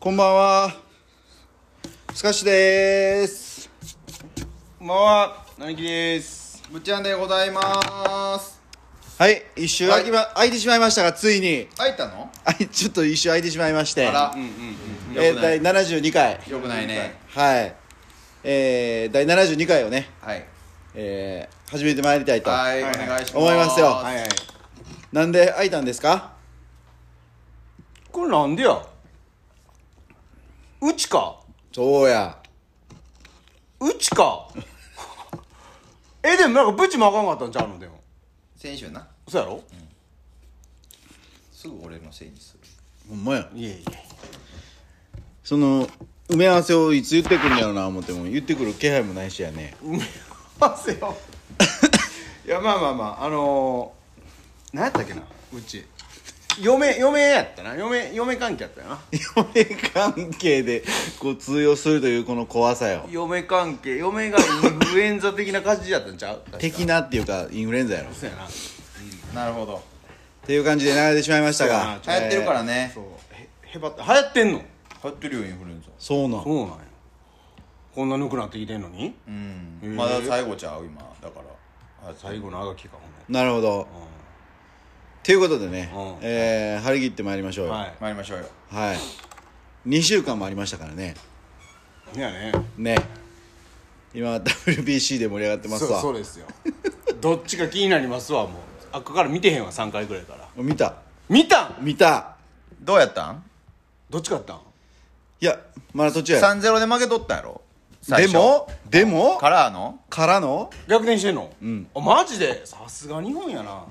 こんばんは。スカッシュでーす。こんばんは、なにきです。ぶっちゃんでございますはい、一周空きま、空いてしまいましたが、ついに、 開いたのあいちょっと一周空いてしまいまして、あら、うんうんうん。えーよくない第72回、よくないねはい、えー、第72回をね、はいえー、始めてまいりたいと。はい、はいお願いします思いますよはいはい。なんで空いたんですかこれなんでやうちかそうや。うちか え、でもなんかブチもあかんかったんちゃうのでも。先週なそうやろすぐ俺のせいにするほんまや。 いえいその、埋め合わせをいつ言ってくるんやろうな思っても、言ってくる気配もないしやね。 え。めますよ。いや、まあまあまあ、あのー、何やったっけな、うち。嫁、嫁やったな。嫁、嫁関係やったよな。嫁関係で、こう通用するというこの怖さよ。嫁関係、嫁がインフルエンザ的な感じやったんちゃう確か的なっていうか、インフルエンザやろ。っそうやな。なるほどていう感じで流れてしまいましたが。流行ってるからねそう。へ、へばって、流行ってんの流行ってるよインフルエンザそうなんそうなんやこんなぬくなってきてんのにうん、へーまだ最後ちゃう今だからあ最後のあがきかほんなるほどまということでね、うんえー張り切ってまいりましょうよははい参りましょうよい、2週間もありましたからねいやねね今 WBC で盛り上がってますそうわそうですよどっちか気になりますわもうあっこから見てへんわ3回ぐらいから見た見たん見たどうやったんどっち勝ったんいやまだ途中や ?3-0 で負けとったやろ最で初もでもカかラーのらの逆転してんのんあマジでさすが日本やな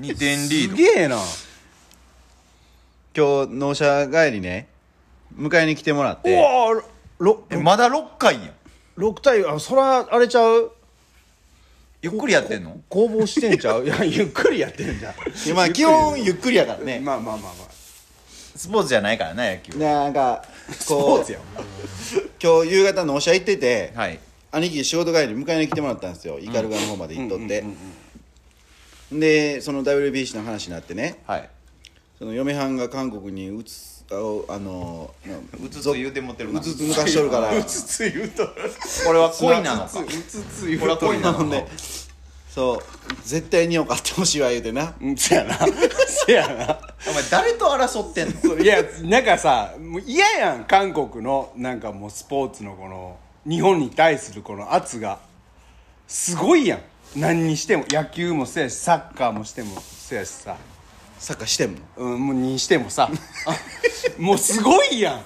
2点リすードげえな今日納車帰りね迎えに来てもらっうてわろえまだ6回やん6対あそらあれちゃうゆっくりやってんの攻防してんちゃういやゆっくりやってんじゃんいやまあ基本ゆっくりやからねねまあまあまあまあスポーツじゃないからな野球なんかそうこですうよ今日夕方納車行っててはい兄貴仕事帰り迎えに来てもらったんですよ斑鳩の方まで行っとってでその WBC の話になってねはいその嫁はんが韓国にうつあおあのうつつ言うてもってるなうつつ抜かしとるからうつつ言うとこれは恋なのかうつつ言うこれは恋なほのんかでそう絶対にを買ってほしいわ言うてなうんせやな せやお前誰と争ってんのなそういやなんかさもう嫌やん韓国のなんかもうスポーツのこの日本に対するこの圧がすごいやん何にしても野球もせやしサッカーもしてもせやしさ、サッカーしてもうん、もうにしてもさ あもうすごいやん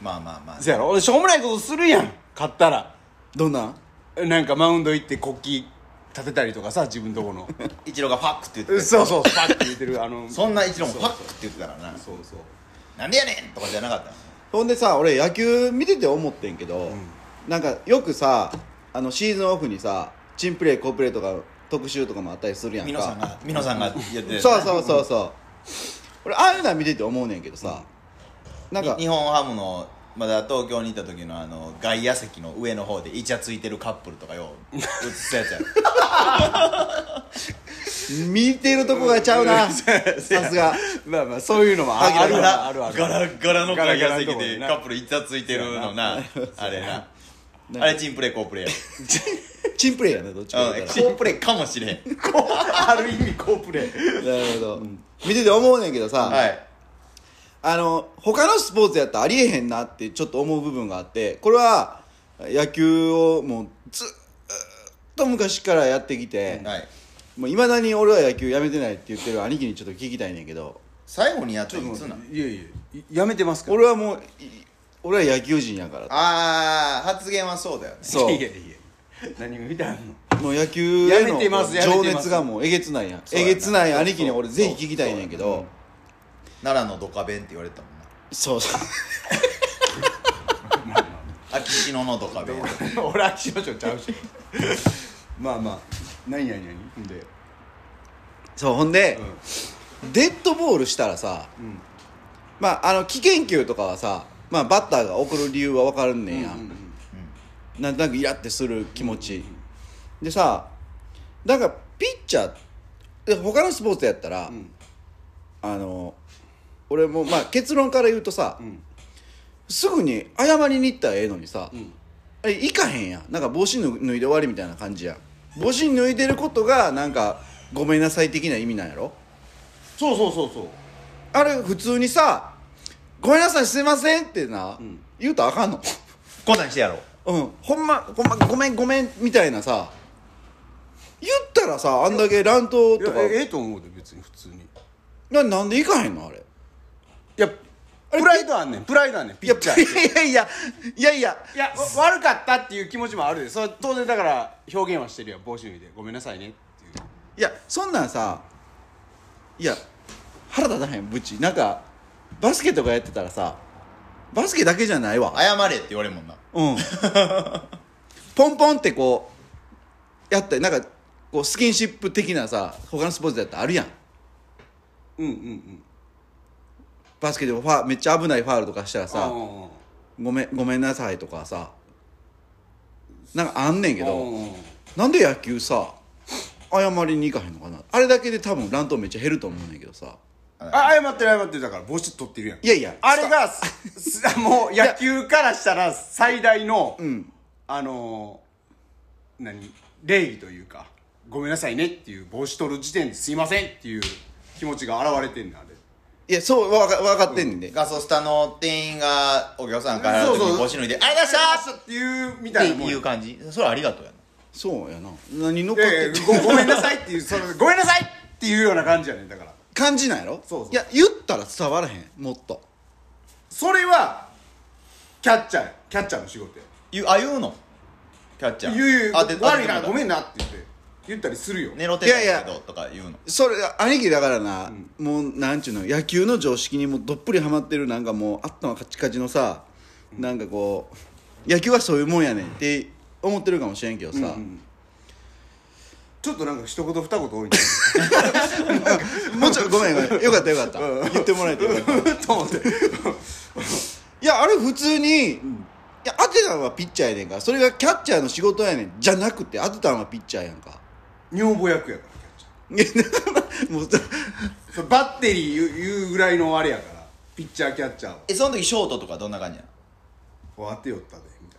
まあまあまあせやろ俺しょうもないことするやん勝ったらどんなんなんかマウンド行って国旗立てたりとかさ自分とこの一郎がファックって言ってうん たそうそうパッて言ってるあのそんな一郎もファックって言ってたからなそうそうなんでやねんとかじゃなかったのほんでさ俺野球見てて思ってんけど、なんかよくさあのシーズンオフにさチンプレー好プレーとか特集とかもあったりするやんか美濃さんが美濃さんが言ってたそうそうそうそう俺ああいうのは見てて思うねんけどさ、なんか日本ハムのまだ東京にいた時のあの外野席の上の方でイチャついてるカップルとかよう映すやつやろ見てるとこがちゃう なさすがまあまあそういうのもあああるるわあるあるガラガラの外野席ガラガラのとこででなカップルイチャついてるのなあれななんかあれチンプレー好プレーチンプレーやなどっちかや言うろうんたら好プレーかもしれん ある意味好プレーなるほど、見てて思うねんけどさ、はいあの他のスポーツやったらありえへんなってちょっと思う部分があってこれは野球をもうずーっと昔からやってきて、はいもういまだに俺は野球やめてないって言ってる兄貴にちょっと聞きたいねんけど最後にやったのいつなんいやいややめてますから俺はもうい俺は野球人やからああ発言はそうだよねそういやいやいや何見たんのもう野球へやのめてますやめて情ます熱がもうえげつないやんそうえやなげつない兄貴に俺ぜひ聞きたいねんけど奈良のドカベンって言われてたもんなそうそう秋篠のドカベン 俺は気象庁ちゃうし まあまあ何何何でそうほんでデッドボールしたらさうんまああの危険球とかはさまあバッターが送る理由は分かるんねんやなんとなくイラってする気持ちでさなんかピッチャーで他のスポーツやったらあの俺もまあ結論から言うとさ、すぐに謝りに行ったらええのにさ、あれ行かへんやんなんか帽子脱いで終わりみたいな感じやん帽子脱いでることがなんかごめんなさい的な意味なんやろそうそうそうそうあれ普通にさ「ごめんなさいすいません」ってな、言うとあかんのこんなんしてやろううんほんまほんまごめんごめんみたいなさ言ったらさあんだけ乱闘とかいやえええと思うで別に普通にいななんで行かへんのあれやプライドあんねんプライドあんねんいピやッチャーっていやいやいやいやいやわ悪かったっていう気持ちもあるでそれは当然だから表現はしてるよ帽子脱いでごめんなさいねっていういやそんなんさいや腹立たへんブチなんかバスケとかやってたらさバスケだけじゃないわ謝れって言われるもんなうんポンポンってこうやったりなんかこうスキンシップ的なさ他のスポーツだったらあるやんうんうんうんバスケでもファめっちゃ危ないファウルとかしたらさうんうんうんごめんごめんなさいとかさなんかあんねんけうどんうんうんなんで野球さ謝りに行かへんのかなあれだけで多分乱闘めっちゃ減ると思うねんけどさあ謝ってる謝ってるだから帽子取ってるやんいやいやあれがすす もう野球からしたら最大の、んあのー何礼儀というかごめんなさいねっていう帽子取る時点ですいませんっていう気持ちが現れてんねんあれいやそうわかわかってんねんで、ガソスタの店員がお客さんからの時そうそにう帽子脱いで「ありがとうございました!」っていうみたいなっもてんいやう感じそれありがとうやなそうやな何乗っいかっやいてやんのごごめんなさいっていうそのごめんなさいっていうような感じやねんだから感じなんやろそうそうや言ったら伝わらへんもっとそれはキャッチャーやキャッチャーの仕事や言うあ言うのキャッチャー言う言うあて悪いな当ててもらったごめんなって言って言ったりするよ狙ってたいやんいだけどとか言うのそれ兄貴だからな、もうなんちゅうの野球の常識にもうどっぷりハマってるなんかもう頭カチカチのさ、なんかこう野球はそういうもんやねんって思ってるかもしれんけどさ、ちょっとなんか一言二言多いんだもうちょいごめんごめんよかったよかった、言ってもらえてよかったけど と思っていやあれ普通に、いや当てたのはピッチャーやねんからそれがキャッチャーの仕事やねんじゃなくて当てたのはピッチャーやんか 女房役やからキャッチいャやもうーそれバッテリー言う言うぐらいのあれやからピッチャーキャッチャーをえその時ショートとかどんな感じなのこう当てよったでみたい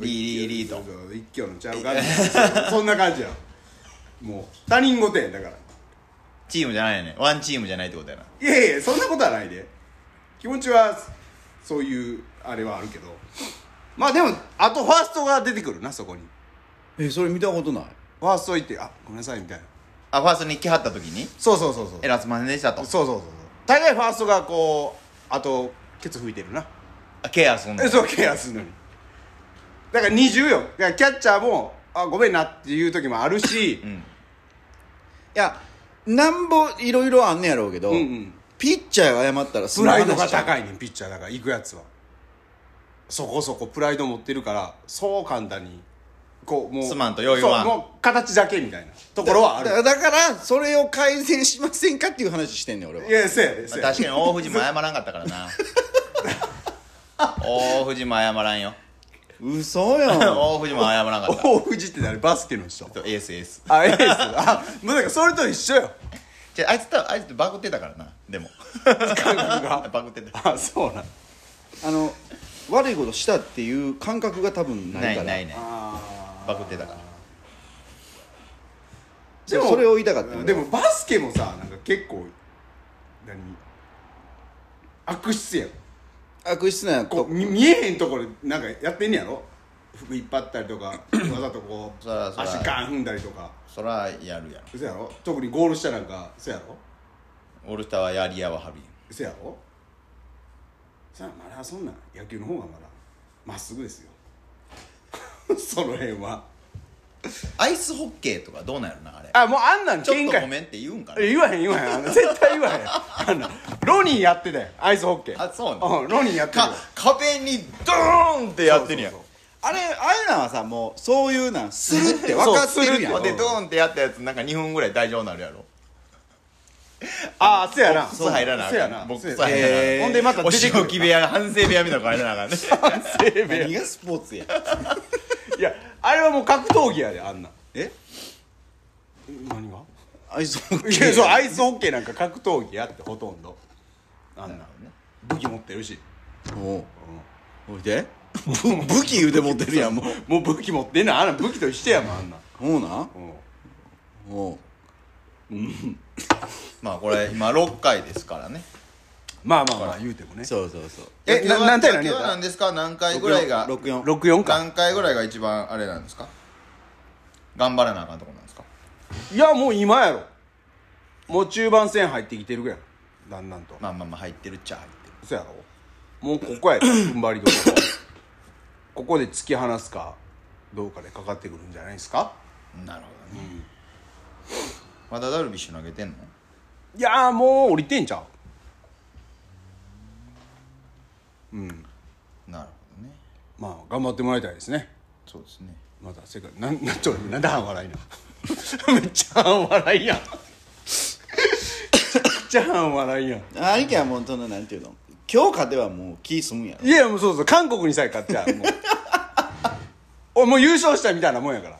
なリーリーリーとそうそう一挙のちゃう感じそんな感じやもう他人事やんだからチームじゃないよねワンチームじゃないってことやないやいやそんなことはないで気持ちはそういうあれはあるけどまあでもあとファーストが出てくるなそこにえそれ見たことないファースト行って「あごめんなさい」みたいなあファーストに来はった時にそうそうそうそう「えらすんませんでした」とそうそうそうそう大概ファーストがこうあとケツ拭いてるなあケアすんのえそうケアするのにだから20よだからキャッチャーも「あごめんな」っていう時もあるしう、んいやなんぼいろいろあんねやろうけど、うんうんピッチャーが謝ったらすプライドがい高いねんピッチャーだから行くやつはそこそこプライド持ってるからそう簡単にこうもうすまんとよいよわんそうもう形だけみたいなところはあるだだからそれを改善しませんかっていう話してんねん俺はいやそうやでまそあうや確でかに大藤も謝らんかったから な大藤も謝らんよ嘘や ん大藤も謝らんかった大藤って誰バスケの人とエースエースあエースあもうだからそれと一緒 よじゃああいつとあいつとバグってたからなでも感覚がバグってたあそうなんあの悪いことしたっていう感覚が多分なないかいらないないあーバグってたからでもそれを言いたかったよでもバスケもさなんか結構何悪質やん悪質なことうみ見えへんところでなんかやってんねやろ服引っ張ったりとかわざとこうそらそら足ガン踏んだりとかそらやるやんそやろ特にゴール下なんかそやろオールスターはやりやわはびそやろそらまだそんなん野球の方がまだまっすぐですよ その辺はアイスホッケーとかどうなんやろなあれあもうあんなんちょっとごめんって言うんかな言わへん言わへんあの絶対言わへんあのロニーやってたよアイスホッケーあそうなのうんロニーやってたか壁にドーンってやってるやんあれあれなんはさもうそういうなんするって分かってるやんそうするでドーンってやったやつなんか2分ぐらい大丈夫になるやろああそやなボックス入らなあそうかやんなボックそうスや入らなあかん、えーほんでまたお出仕てく置るき部屋反省部屋みたいなの入らな あかんね何がスポーツや いやあれはもう格闘技やであんなんえ何がアイスホッケいやーそうアイスホッケーなんか格闘技やってほとんどあんななるほどね武器持ってるしおうおいでぶ武器腕持ってるやんもうもう武器持ってんのあんな武器としてやもんあんなおうなうんおうまあこれ今6回ですからねまあまあまあ言うてもねそうそうそうえな何対何や野球っはた何ですか何回ぐらいが64 64か何回ぐらいが一番あれなんですか頑張らなあかんとこなんですかいやもう今やろもう中盤戦入ってきてるぐらいだんだんとまあまあまあ入ってるっちゃ入ってるそやろもうここやで踏ん張りどころここで突き放すかどうかでかかってくるんじゃないですかなるほどね、まだダルビッシュ投げてんのいやーもう降りてんちゃうなるほどねまあ頑張ってもらいたいですねそうですねまだ世界なんなんちょなんで半笑いな めっちゃ半笑いやんめっちゃ半笑いやん兄貴はもうそのなんていうの今日勝てばもう気済むんやろいやもうそうそう韓国にさえ勝っちゃうもう 俺もう優勝したみたいなもんやから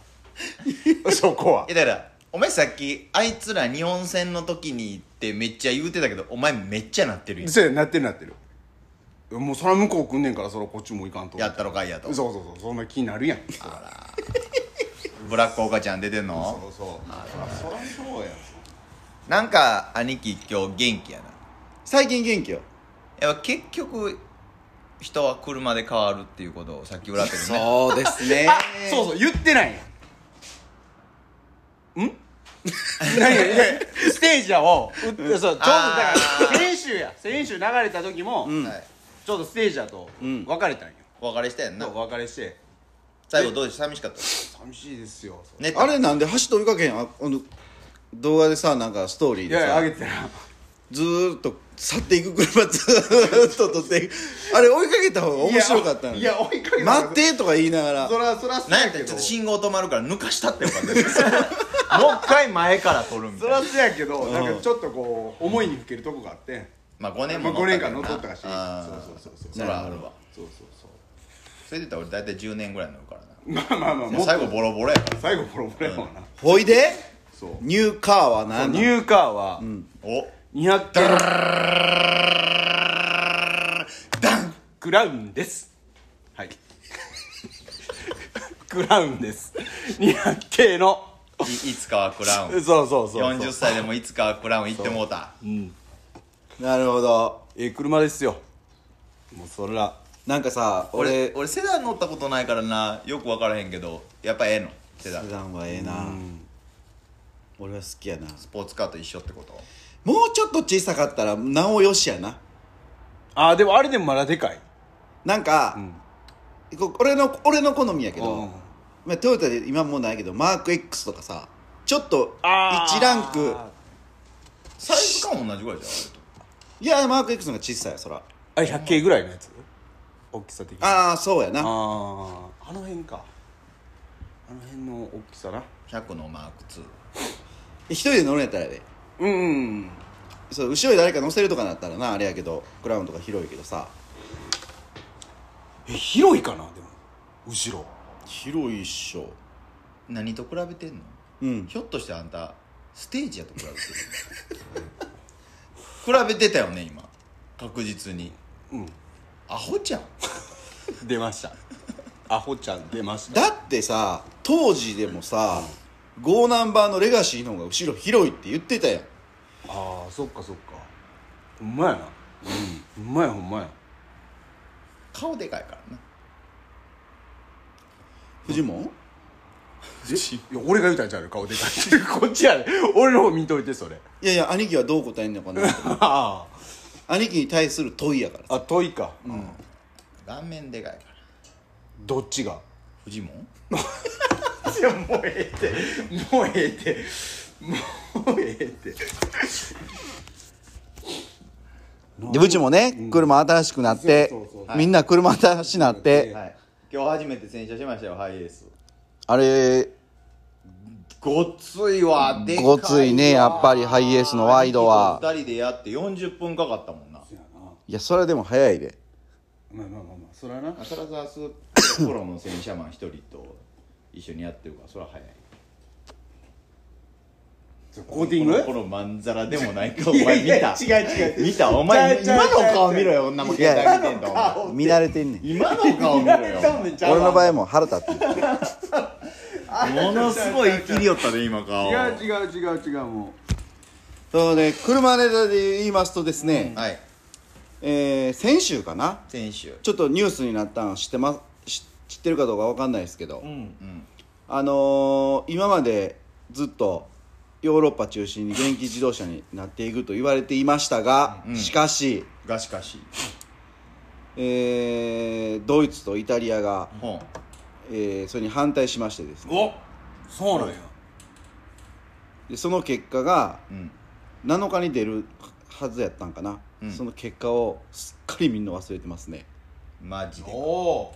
そこはえだからお前さっきあいつら日本戦の時にってめっちゃ言うてたけどお前めっちゃなってるやんそうやなってるなってるもうそら向こう来んねんからそらこっちも行かんとやったろかいやとそうそうそうそんな気になるやんそブラック岡ちゃん出てんらのそうそらそうやんなんか兄貴今日元気やな最近元気よやっぱ結局人は車で変わるっていうことをさっき裏でねそうですねそうそう言ってないやんん何やいやステージやをうそうちょうどだかあら先週や先週流れた時も、はいちょうどステージやとん別れたんよ、お別れしたやんなお別れして最後どうでした寂しかった寂しいですよ ねあれなんで走って追いかけへんああの動画でさなんかストーリーいでさやあげてなずーっと去っていく車ずーっと撮っていくあれ追いかけた方が面白かったのにいや追いかけた待ってとか言いながらそらそらそうなんややっけたらちどょっと信号止まるから抜かしたってよかった ですもう一回前から撮るみたそいならそうやけどなんかちょっとこう思いにふけるとこがあってまあ5年まもあ5年間乗乗っっととったしあそうそうそうそうそらあるわそうそうそうそれで言ったら俺大体10年ぐらい乗るからなまあまあまあもっと最後ボロボロやから最後ボロボロやもんなほいでそうニューカーは何ニなのューカーはお200キロダンクラウンですはい クラウンです200系のいいつかはクラウンそうそうそうそう40歳でもいつかはクラウン行ってもうたなるほどええ車ですよもうそらなんかさ俺俺俺セダン乗ったことないからなよく分からへんけどやっぱええのセダン普段はええな俺は好きやなスポーツカーと一緒ってこともうちょっと小さかったらなおよしやなあーでもあれでもまだでかいなんか、こ俺の俺の好みやけど、うんまあ、トヨタで今もうないけどマーク X とかさちょっとあー1ランクサイズ感同じぐらいじゃんあれといやマーク X の方が小さいよそらあれ100系ぐらいのやつ大きさ的にあああそうやなあーあの辺かあの辺の大きさな100のマーク2一人で乗るんやったらやでうんうんそう後ろに誰か乗せるとかなったらなあれやけどクラウンとか広いけどさえ広いかなでも後ろ広いっしょ何と比べてんのうんひょっとしてあんたステージやと比べ てる比べてたよね今確実にうんアホじゃん出ましたアホちゃん出ましただってさ当時でもさ、ゴーナンバーのレガシーの方が後ろ広いって言ってたやんああそっかそっかほんまやなうんほんまやほんまや顔でかいからなフジモンえいや俺が言うたんちゃうよ顔でかいって こっちやで俺の方見といてそれいやいや兄貴はどう答えんのかなあ兄貴に対する問いやからあ遠いか、顔面でかいからどっちがフジモンいやもうええってもうええってもうええってでうちもね、車新しくなってそうそうそみんな車新しくなって、はい今日初めて洗車しましたよハイエースあれごっついわでかいわごついねやっぱりハイエースのワイドは兄貴と二人でやって40分かかったもんないやそれでも早いでまあまあまあまあそれはなサラザースプロの洗車マン一人と一緒にやってるからそれは早いコーティングこのこのまんざらでもない顔おいや前 い見やた違う違う見たお前ちゃ今うちのゃう顔見ろよ女も携帯見てんだお前見慣れてんねん今の顔見ろよ俺の場合合もう腹立ってるものすごい生きりよったね今違顔う違う違う違うもそうね車ネタで言いますとですね、はいえー先週かな選手ちょっとニュースになったん知ってます知知ってるかどうかわかんないですけど、うんあのー今までずっとヨーロッパ中心に電気自動車になっていくと言われていましたが、うんしかし、がしかしえードイツとイタリアが、ほえーそれに反対しましてですうねおそうなんやでその結果がううん7日に出るはずやったんかな、うんその結果をすっかりみんな忘れてますねマジでお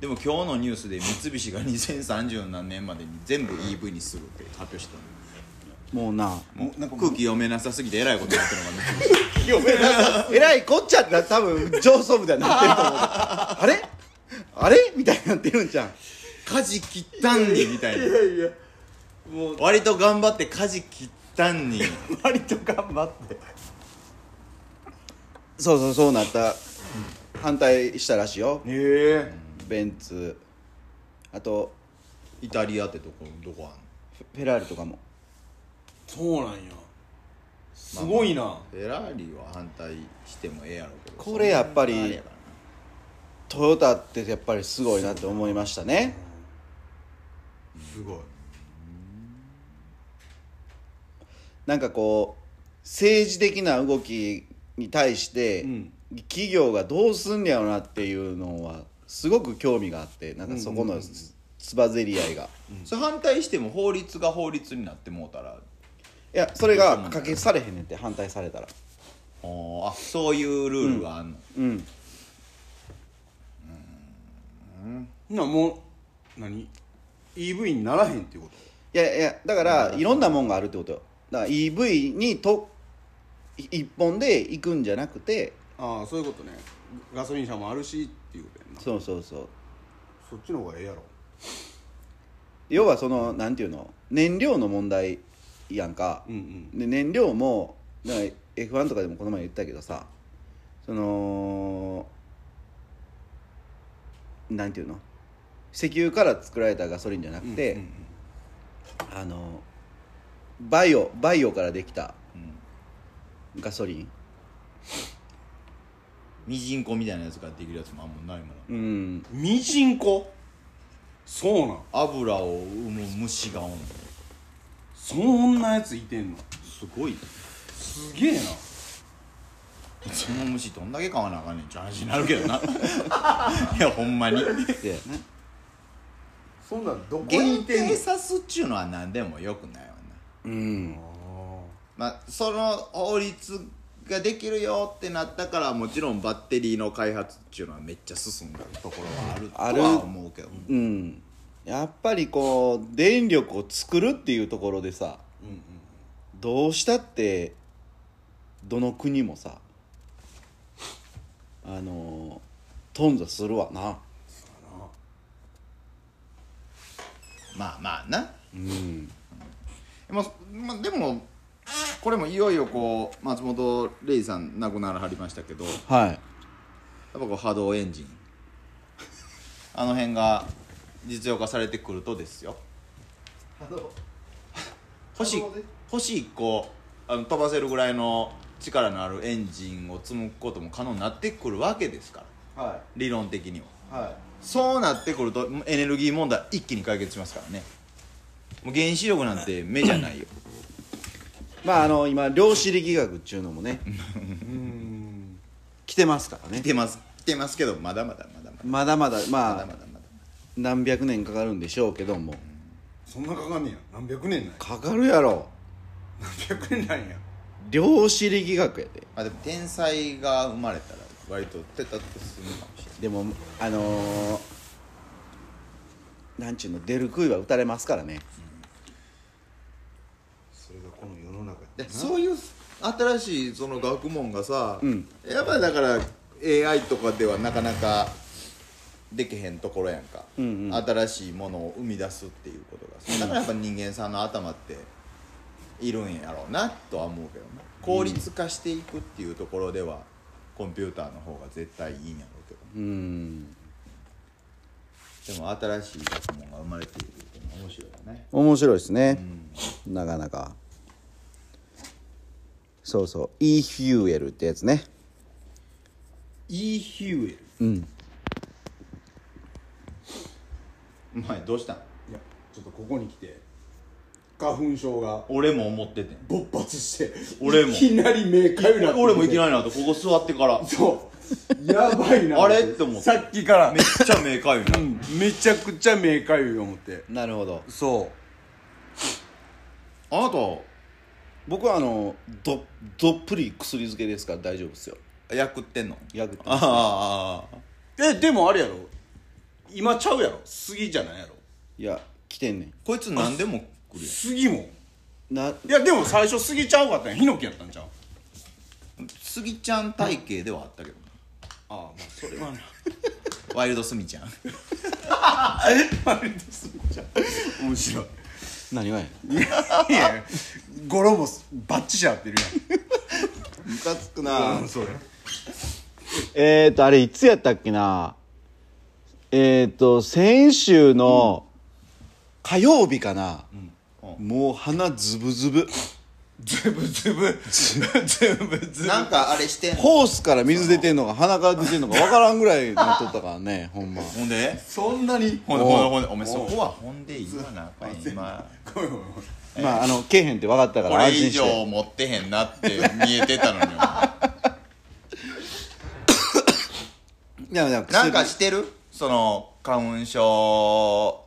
でも今日のニュースで三菱が2030何年までに全部 EV にするって発表したもうなのもうなんか空気読めなさすぎてえらいことになってるのかな えらいこっちゃって多分上層部ではなってると 思うあれあれみたいになってるんじゃん 舵切ったんにみたいないやいやもう割と頑張って舵切ったんに割と頑張ってそうそうそうなった反対したらしいよへえベンツあとイタリアってとこどこあんのフェラーリとかもそうなんやすごいなフェラーリは反対してもええやろうけどこれやっぱりそんなあれやからなトヨタってやっぱりすごいなって思いましたねすごいなんかこう政治的な動きに対して、うん企業がどうすんねやろなっていうのはすごく興味があってなんかそこのつつばぜり合いが、それ反対しても法律が法律になってもうたらいやそれが可決されへんねんって反対されたらあーあそういうルールがあんの、うんなもう何 EV にならへんっていうこいやいやだからいろんなもんがあるってことよだから EV にと一本で行くんじゃなくてとああそういうことねガソリン車もあるしっていうことやんなそうそうそうそっちの方がええやろ要はそのなんていうの燃料の問題やんか、うんうんで燃料もだから F1 とかでもこの前言ったけどさそのなんていうの石油から作られたガソリンじゃなくて、うんうんあのバイオバイオからできたうんガソリンミジンコみたいなやつができるやつもあんまないもんなうんミジンコそうなん油を生む虫がおんのそんなやついてんのすごいすげえなその虫どんだけ買わなあかんねんって話になるけどないやほんまにで、 ね、そんなんどこ限定さすっちゅうのは何でもよくないわなうんまあその法律ができるよってなったからもちろんバッテリーの開発っていうのはめっちゃ進んだところはあるとあるは思うけどうんやっぱりこう電力を作るっていうところでさ、どうしたってどの国もさあのー頓挫するわなまあまあなうんまあまあ、でもこれもいよいよこう松本零士さん亡くならはりましたけどやっはいぱこう波動エンジンあの辺が実用化されてくるとですよ星星1個あの飛ばせるぐらいの力のあるエンジンを積むことも可能になってくるわけですからは理論的にはいはそうなってくるとエネルギー問題一気に解決しますからねもう原子力なんて目じゃないよまああの今量子力学っていうのもねいうん来てますからね来てます来てますけどまだまだまだまだまだまだままだまあだまだ何百年かかるんでしょうけどもそんなかかんねや何百年ないかかるやろ何百年なんや量子力学やでまあでも天才が生まれたら割とテタって進むかもしれないでもあのー、なんちゅうの出る杭は打たれますからねそれがこの世の中でそういう新しいその学問がさ、うんやっぱりだから AI とかではなかなかできへんところやんか、うん新しいものを生み出すっていうことがさだからやっぱ人間さんの頭っているんやろうなとは思うけどな効率化していくっていうところではコンピューターの方が絶対いいんやろうけどうんでも新しい学問が生まれているっていうのは面白いよね面白いですね、なかなかそうそう e フューエルってやつね E ヒューエルうんお前どうしたんいやちょっとここに来て花粉症が俺も思っててん勃発して俺もいきなり目かゆなって俺もいきりないなとここ座ってからめそうやばいなあれって思ってさっきからめ,、っちゃ目かゆいなうん、めちゃくちゃ目かゆい思ってなるほどそあな僕はあのどどっぷり薬漬けですから大丈夫ですよた薬ってんの薬ってああああうえでもあれやろ今ちゃうやろ杉じゃないやろいや来てんねこいつ何でも来るや杉もんないやでも最初杉ちゃうかったんやヒノキやったんちゃうんスギちゃん体型ではあったけどなああまあそれはなワイルドスミちゃん面白い何がやねいやゴロもバッチシ合ってるんムカつくやんなうんそうやえーとあれいつやったっけなえーと先週の火曜日かな、もう鼻ズブズブズブズブズブズブなんかあれしてんのホースから水出てんのか鼻から出てんのか分からんぐらいなっとったから ねほんまほんでそんなにほんでほんでほんでお前そこはほんで言わなあかんよ今ごめんごめんごめんまああのけえへんって分かったかこら安れ以心して上持ってへんなって見えてたのにお前いやいや薬 なんかしてるその花粉症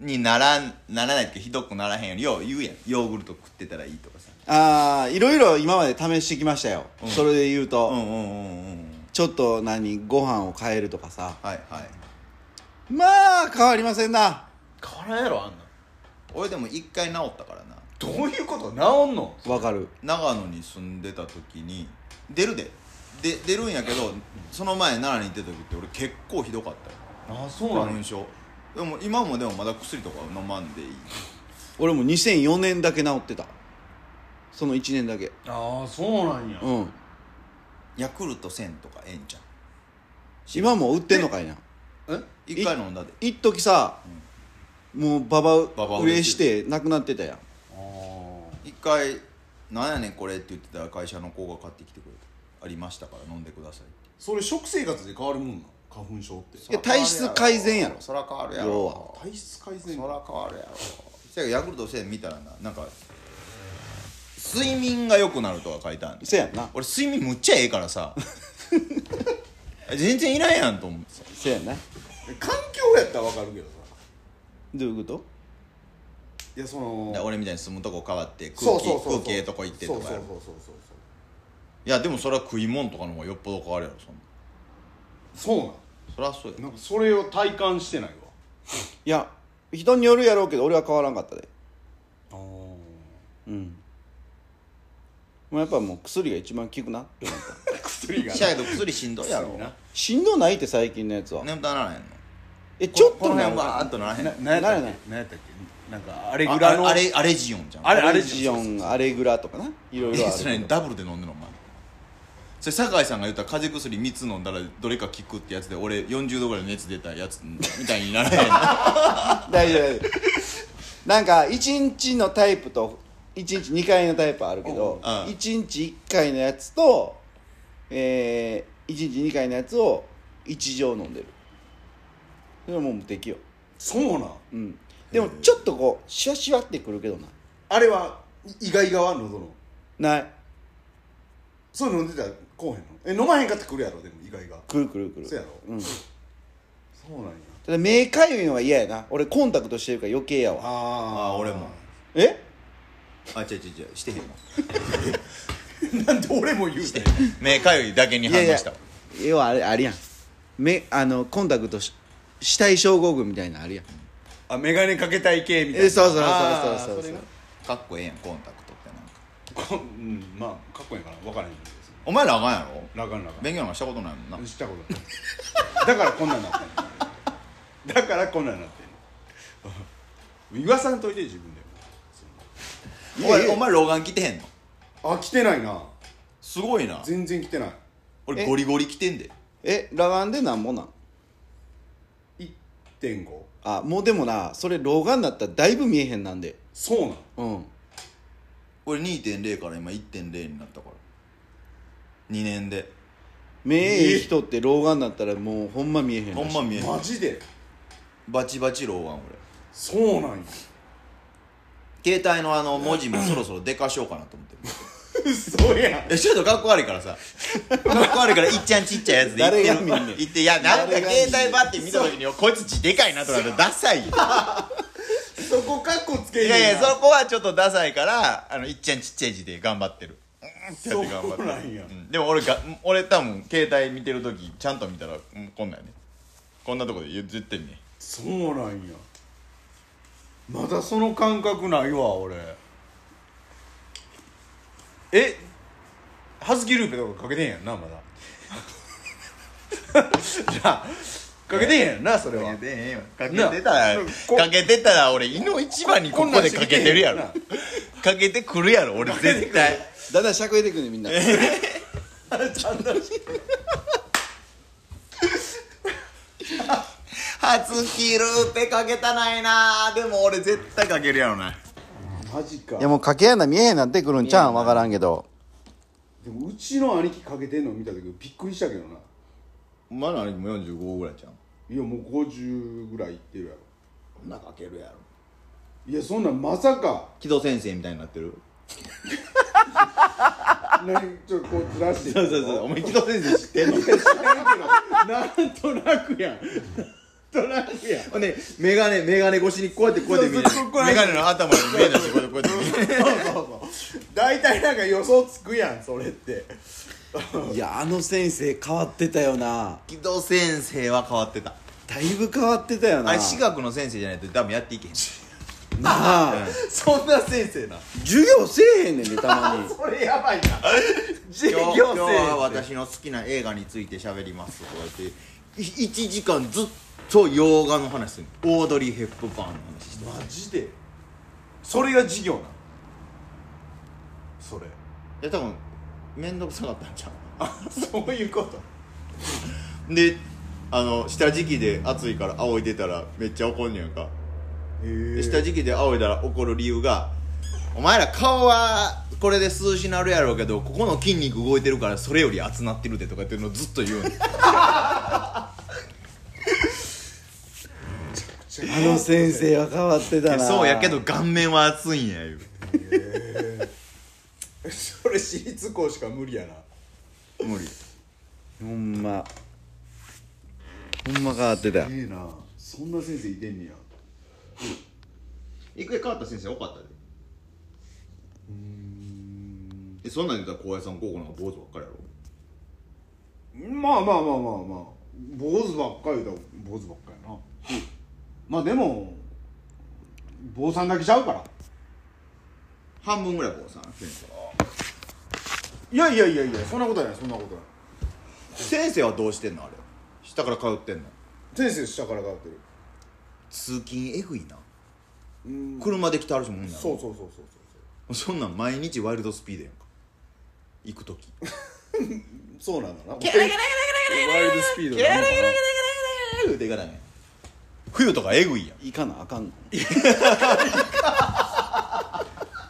にならんならないってひどくならへんよりよう言うやんヨーグルト食ってたらいいとかさああいろいろ今まで試してきましたよ、それで言うと、うんうんうんうんちょっと何ご飯を変えるとかさはいはいまあ変わりませんな変わらんやろあんな俺でも一回治ったからなどういうこと治んのわかる長野に住んでた時に出るでで出るんやけどその前奈良に行ってた時って俺結構ひどかったよあそう花粉症でも今もでもまだ薬とか飲まんでいい俺も2004年だけ治ってたその1年だけああそうなんやうんヤクルト1000とかええんちゃう今も売ってんのかいなえ一回飲んだで一時さ、もうババババ売売れれししてなくなってたやんあー一回「なんやねんこれ」って言ってたら会社の子が買ってきてくれたありましたから飲んでくださいってそれ食生活で変わるもんな花粉症っていや体質改善やろそら変わるや要ろは体質改そ善ら変わるやろせやけどヤクルト1000見たらななんか睡眠が良くなるとか書いてあるんですせやんな俺睡眠むっちゃええからさ 全然いらんやんと思ってさせやんな環境やったらわかるけどさどういうこといやそので俺みたいに住むとこ変わって空気そうそうそうそう空気ええとこ行ってとかそうやろそうそういやでもそれは食い物とかの方がよっぽど変わるやろそんなそうそうそりゃそそううやなんなんかそれを体感してないわいや人によるやろうけど俺は変わらんかったであうんもうやっぱもう薬が一番効くなって思った薬がしやけど薬しんどいやろ薬なしんどないって最近のやつは、眠たならへんのえちょっことのな辺わーっとならへんのななんやっなたっいけなんやったっけなんかアレグあラのあれアレジオンじゃんあれアアレレジジオオンアレグラとかないろいろえあそれる何ダブルで飲んでんのお前それ酒井さんが言ったら風邪薬3つ飲んだらどれか効くってやつで俺40度ぐらいの熱出たやつみたいにならへん 大丈夫の大丈夫 なんか1日のタイプと1日2回のタイプあるけどうんうん1日1回のやつとえー、1日2回のやつを1錠飲んでるそれはもう無敵よそうなんうんでもちょっとこうシワシワってくるけどなあれはい意外側喉のないそう飲んでたらこうへんのえ飲まへんかってくるやろでも意外がくるくるくるそうやろうんそうなんやただ目かゆいのが嫌やな俺コンタクトしてるから余計やわああ俺もえあ違う違う違うしてへんわ なんで俺も言うて目かゆいだけにい反や応いやしたわ要はあれあれやん目あのコンタクトし死体症候群みたいなのあるやんあ眼鏡かけたい系みたいなえそうそうそうあーそうそうれなかっこええやんコンタクトってなんかこうんまあかっこいいかな分からへんけど別にお前らあかんやろラガンラガ勉強なんかしたことないもんなン知ったことないだからこんなんなって んのだからこんなんなってんの言わさんといて自分でもおいやいや前お前老眼着てへんのあ来てないなすごいな全然来てない俺ゴリゴリ着てんでえ裸眼でなんもなん1.5あもうでもなそれ老眼だったらだいぶ見えへんなんでそうなんうん俺2.0から今1.0になったから2年で目ええ人って老眼だったらもうほんま見えへんらほしいんま見えへんマジでバチバチ老眼俺そうなんや携帯のあの文字もそろそろでかしようかなと思ってる 嘘やんえちょっとかっこ悪いからさかっこ悪いからいっちゃんちっちゃいやつで誰が言って見んねん言っていやなんか誰が見んねん携帯バッて見た時にこいつ字でかいなとかってダサいよそこカッコつけいんねんやいやなそこはちょっとダサいからあのいっちゃんちっちゃい字で頑張ってるうんってやって頑張ってそうなんやるうんでも俺が俺多分携帯見てる時ちゃんと見たらうんこんなんやねこんなとこで言ってんねそうなんやまだその感覚ないわ俺えハズキルーペとかかけてんやんなまだ じゃあかけてんやんなそれはかけてたらなこかけてたら俺いの一番にここでかけてるやろこんなんしかけてくるやろ俺絶対だんだんしゃくれてくねみんな初キルーペかけたないなでも俺絶対かけるやろなマジかいやもう掛け穴見えへんなってくるんちゃうん分からんけどでもうちの兄貴かけてんの見た時びっくりしたけどなお前のあれも45ぐらいじゃんいやもう50ぐらいいってるやろこんなかけるやろいやそんなんまさ か木戸先生みたいになってる何ちょっとこうずらしてそうお前木戸先生知ってんの知らんけどなんとなくやんなんとなくやんほんでメガネメガネ越しにこうやってこうやって見えるそうそうこうやっメてガネの頭に目出してこうやってこうやって見えるそうそう大体なんか予想つくやんそれっていやあの先生変わってたよな木戸先生は変わってただいぶ変わってたよなあれ私学の先生じゃないと多分やっていけへんなあそんな先生な授業せえへんねんねたまにそれやばい な授今業日生今日は私の好きな映画について喋りますとか言ってい1時間ずっと洋画の話するオードリー・ヘップバーンの話してマジでそれが授業なのそれいや多分面倒くさかったんちゃあ そういうことうであの下敷きで暑いから仰いでたらめっちゃ怒んねやんかへでえ下敷きで仰いだら怒る理由がお前ら顔はこれで涼しなるやろうけどここの筋肉動いてるからそれより熱なってるでとかっていうのをずっと言うねん あの先生は変わってたなそうやけど顔面は熱いんや言うそれ私立校しか無理やな無理ほんまほんま変わってたよええなそんな先生いてんねや一回変わった先生多かったでえそんなん言ったら高野山高校なんか坊主ばっかりやろまあまあまあまあまあ坊主ばっかりだ坊主ばっかりやな、まあでも坊さんだけちゃうから半分ぐらい坊さん先生いやいやいやいやそんなことないそんなことない先生はどうしてんのあれ下から通ってんの先生下から通ってる通勤えぐいな車で来てあるしもんなのそうそうそうそうそんなん毎日ワイルドスピードやんか行く時そうそうなんだなワイルドスピードなのかな言うていかないね冬とかえぐいやん行かなあかんの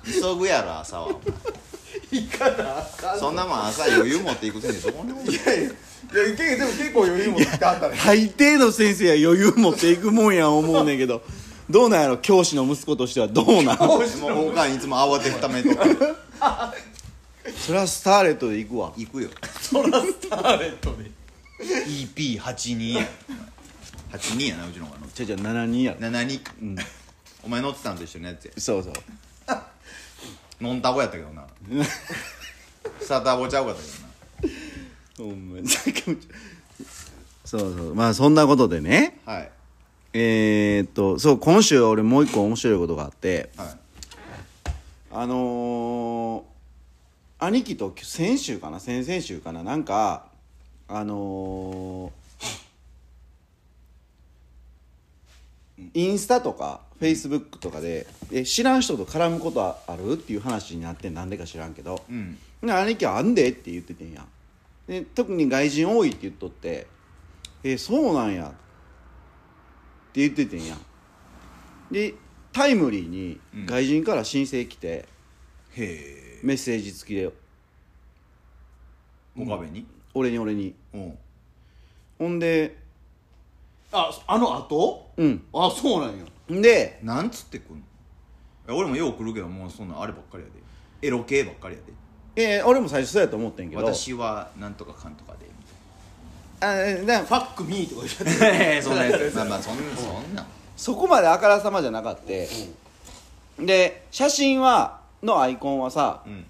急ぐやろ朝 は行かなあかんそんなもん朝余裕持って行く先生どこにもいないいやいやいやけでも結構余裕持ってきてあったね大抵の先生は余裕持っていくもんや思うねんけどどうなんやろ教師の息子としてはどうなんどうしもう他にいつも慌てふためとかそりゃスターレットで行くわ行くよそらスターレットで EP82 や82やなうちのが乗っじゃじゃ72やろな何、お前乗ってたんと一緒のやつやそうそうノンタボやったけどなスタータボちゃうかったけどなほんまにさっきもそうそうまあそんなことでねはいえー、っとそう今週は俺もう一個面白いことがあってはいあのー兄貴と先週かな先々週かななんかあのーうんインスタとかフェイスブックとかでえ知らん人と絡むことあるっていう話になってなんでか知らんけど、うんで兄貴はあんでって言っててんやで特に外人多いって言っとってえそうなんやって言っててんやでタイムリーに外人から申請来て、へメッセージ付きでえ岡部に俺に俺にうんほんでああの後うんあそうなんやでなんつってくんのいや俺もよう来るけどもうそんなんあればっかりやでエロ系ばっかりやでえー俺も最初そうやと思ってんけど私はなんとかかんとかであーなファックミーとか言みったていなへへそんなやつまあまあそんなそんなそこまであからさまじゃなかって、で写真はのアイコンはさうん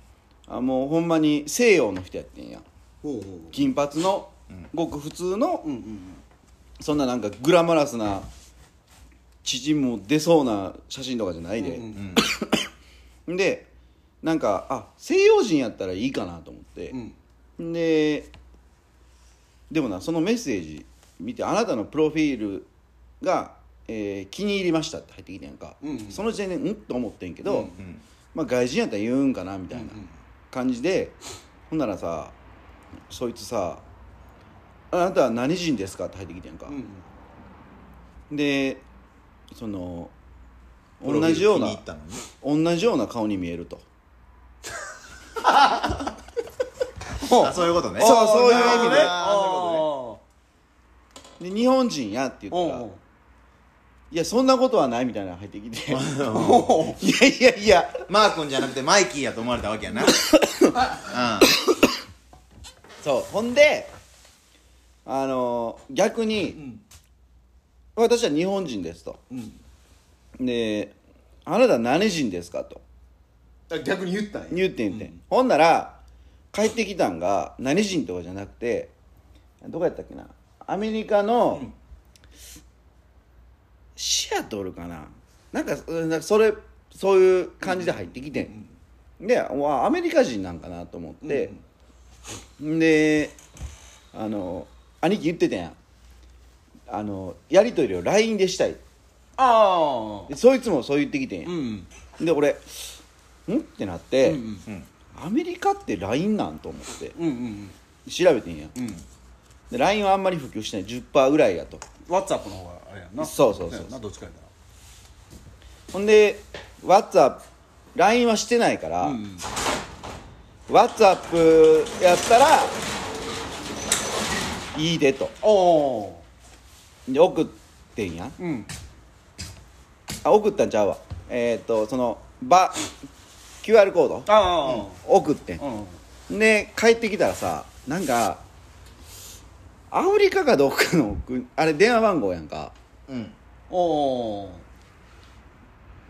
あもうほんまに西洋の人やってんや ほうほう金髪のうんごく普通のうんうんそんななんかグラマラスな縮も出そうな写真とかじゃないで、うんうんでなんかあ西洋人やったらいいかなと思ってう、んででもなそのメッセージ見てあなたのプロフィールが、えー気に入りましたって入ってきてんやんか、うんうんその時点でうんと思ってんけど、うんうんまあ、外人やったら言うんかなみたいな感じで、ほんならさそいつさ「あなたは何人ですか?」って入ってきてんやんかう、んでそのプロフ同ィールじよう気なに入ったのに同じような顔に見えるとあそういうことねそうそういう意味であーそういうこで日本人やって言おうったらおう「いやそんなことはない」みたいなの入ってきて「いおうやいやいやとねマー君じゃなくてマイキーやと思われたわけやなうそうほんであのー逆に、私は日本人ですとうんで「あなた何人ですか?」とあ逆に言ったんや言ってんて、ほんなら帰ってきたんが何人とかじゃなくてどこやったっけなアメリカの、シアトルかななんかうんなんかそれそういう感じで入ってきてん、でうわアメリカ人なんかなと思って、であの兄貴言ってたやんあのやり取りを LINE でしたいあでそいつもそう言ってきてんやあうんで俺「ん?」ってなって、うんんうんアメリカって LINE なんと思ってうんうん調べてんやうんうんで LINE はあんまり普及してない10%ぐらいやとワッツアップの方があれやんなそうそうそうやんなどっちかやったらほんで WhatsAppLINE はしてないから、うんうん WhatsApp やったらいいでとおおで送ってんやうんあ送ったんちゃうわえっ、とそのば QR コードあ送ってんあうんで帰ってきたらさなんかアフリカかどっかの国あれ電話番号やんかうんおお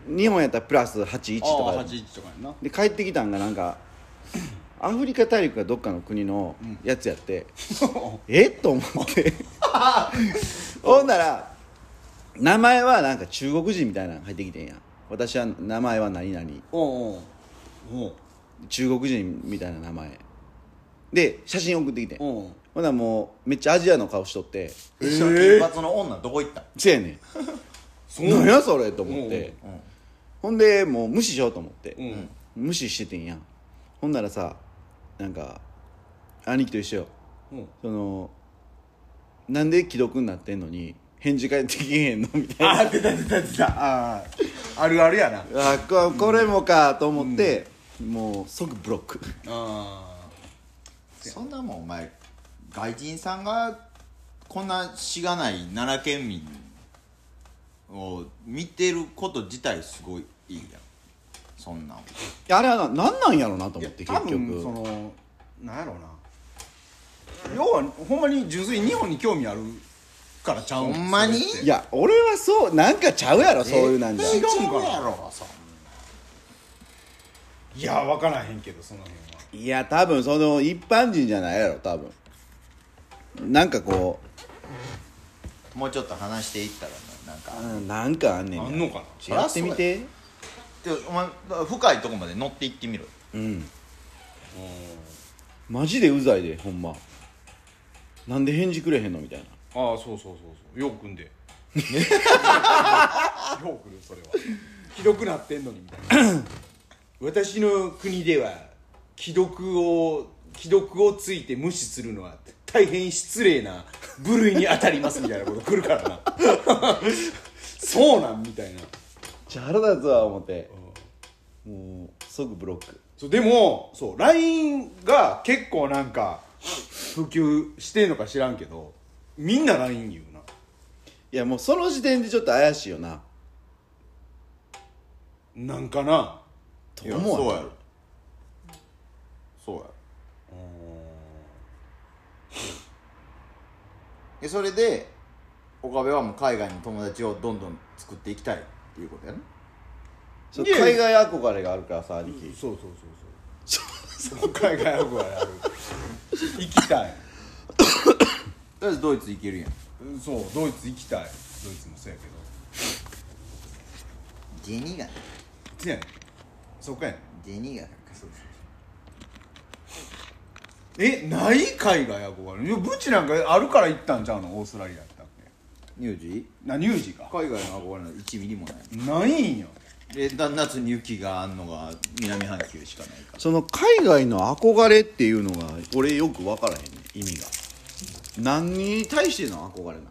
日本やったらプラス81とか八一とかやんなで帰ってきたんがなんか アフリカ大陸かどっかの国のやつや って、えっと思ってほんなら名前はなんか中国人みたいなの入ってきてんや私は名前は何々おおお中国人みたいな名前で写真送ってきてんおおほんならもうめっちゃアジアの顔しとってえ金髪の女どこ行ったせやねん何やそれと思ってうんうんほんでもう無視しようと思って、うん無視しててんやんほんならさなんか兄貴と一緒ようんそのなんで既読になってんのに返事返ってきへんのみたいなあー出た出た出たあああるあるやな あここれもかと思って、もう即ブロック あそんなもんお前外人さんがこんなしがない奈良県民を見てること自体すごいいいやんそんなんいやあれはななんなんやろなとあ思って多結分局そのなんやろうな要はほんまに純粋に日本に興味あるからちゃうんほんまそにれっいてや俺はそうなんかちゃうやろそういうなんじゃ違えうんかやろそんいや分からへんけどその辺はいや多分その一般人じゃないやろ多分なんかこなもうちょっと話していったらななんかううんなんかあんねんあなんのかな違うやってみてでお前だから深いとこまで乗っていってみろうんマジでうざいでほんまなんで返事くれへんのみたいな ああそうそうそうそうよう組んでよう来るそれはひどくなってんのにみたいな 私の国では既読を既読をついて無視するのは大変失礼な部類に当たりますみたいなこと 来るからなそうなんみたいなじゃあ腹立つわ思ってもう即ブロックそうでもそう LINE が結構なんか普及してんのか知らんけどみんな LINE 言うないやもうその時点でちょっと怪しいよななんかないいやと思うそうやよろそうやろえそれで岡部はもう海外の友達をどんどん作っていきたいっていうことやねそういやいや海外憧れがあるからさ兄貴そうそうそうそうそう海外旅行やる行きたいとりあえずドイツ行けるやんそうドイツ行きたいドイツもそうやけどジェニーがいつやねんそっかやねんジェニーがそうそうそうえない海外憧れいやブチなんかあるから行ったんちゃうのオーストラリアやったっけ乳児なニュージーか海外の憧れの1ミリもなないいんやでだ夏に雪があんのが南半球しかないからその海外の憧れっていうのが俺よく分からへんね意味が何に対しての憧れな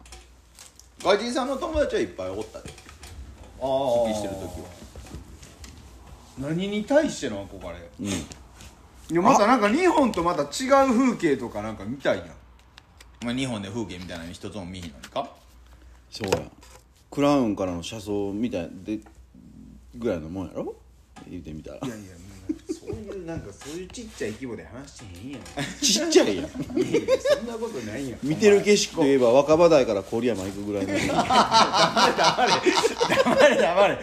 外人さんの友達はいっぱいおったでああスキーしてる時は何に対しての憧れうんいやまたなんか日本とまた違う風景とかなんか見たいやんお前日本で風景みたいなの一つも見えへんのにかそうやんクラウンからの車窓みたいでぐらいのもんやろ言うてみたらいやいやそういうなんかそういうちっちゃい規模で話してへんやんちっちゃいやんいやいやそんなことないや ん見てる景色といえば若葉台から郡山行くぐらいの 黙れ黙れ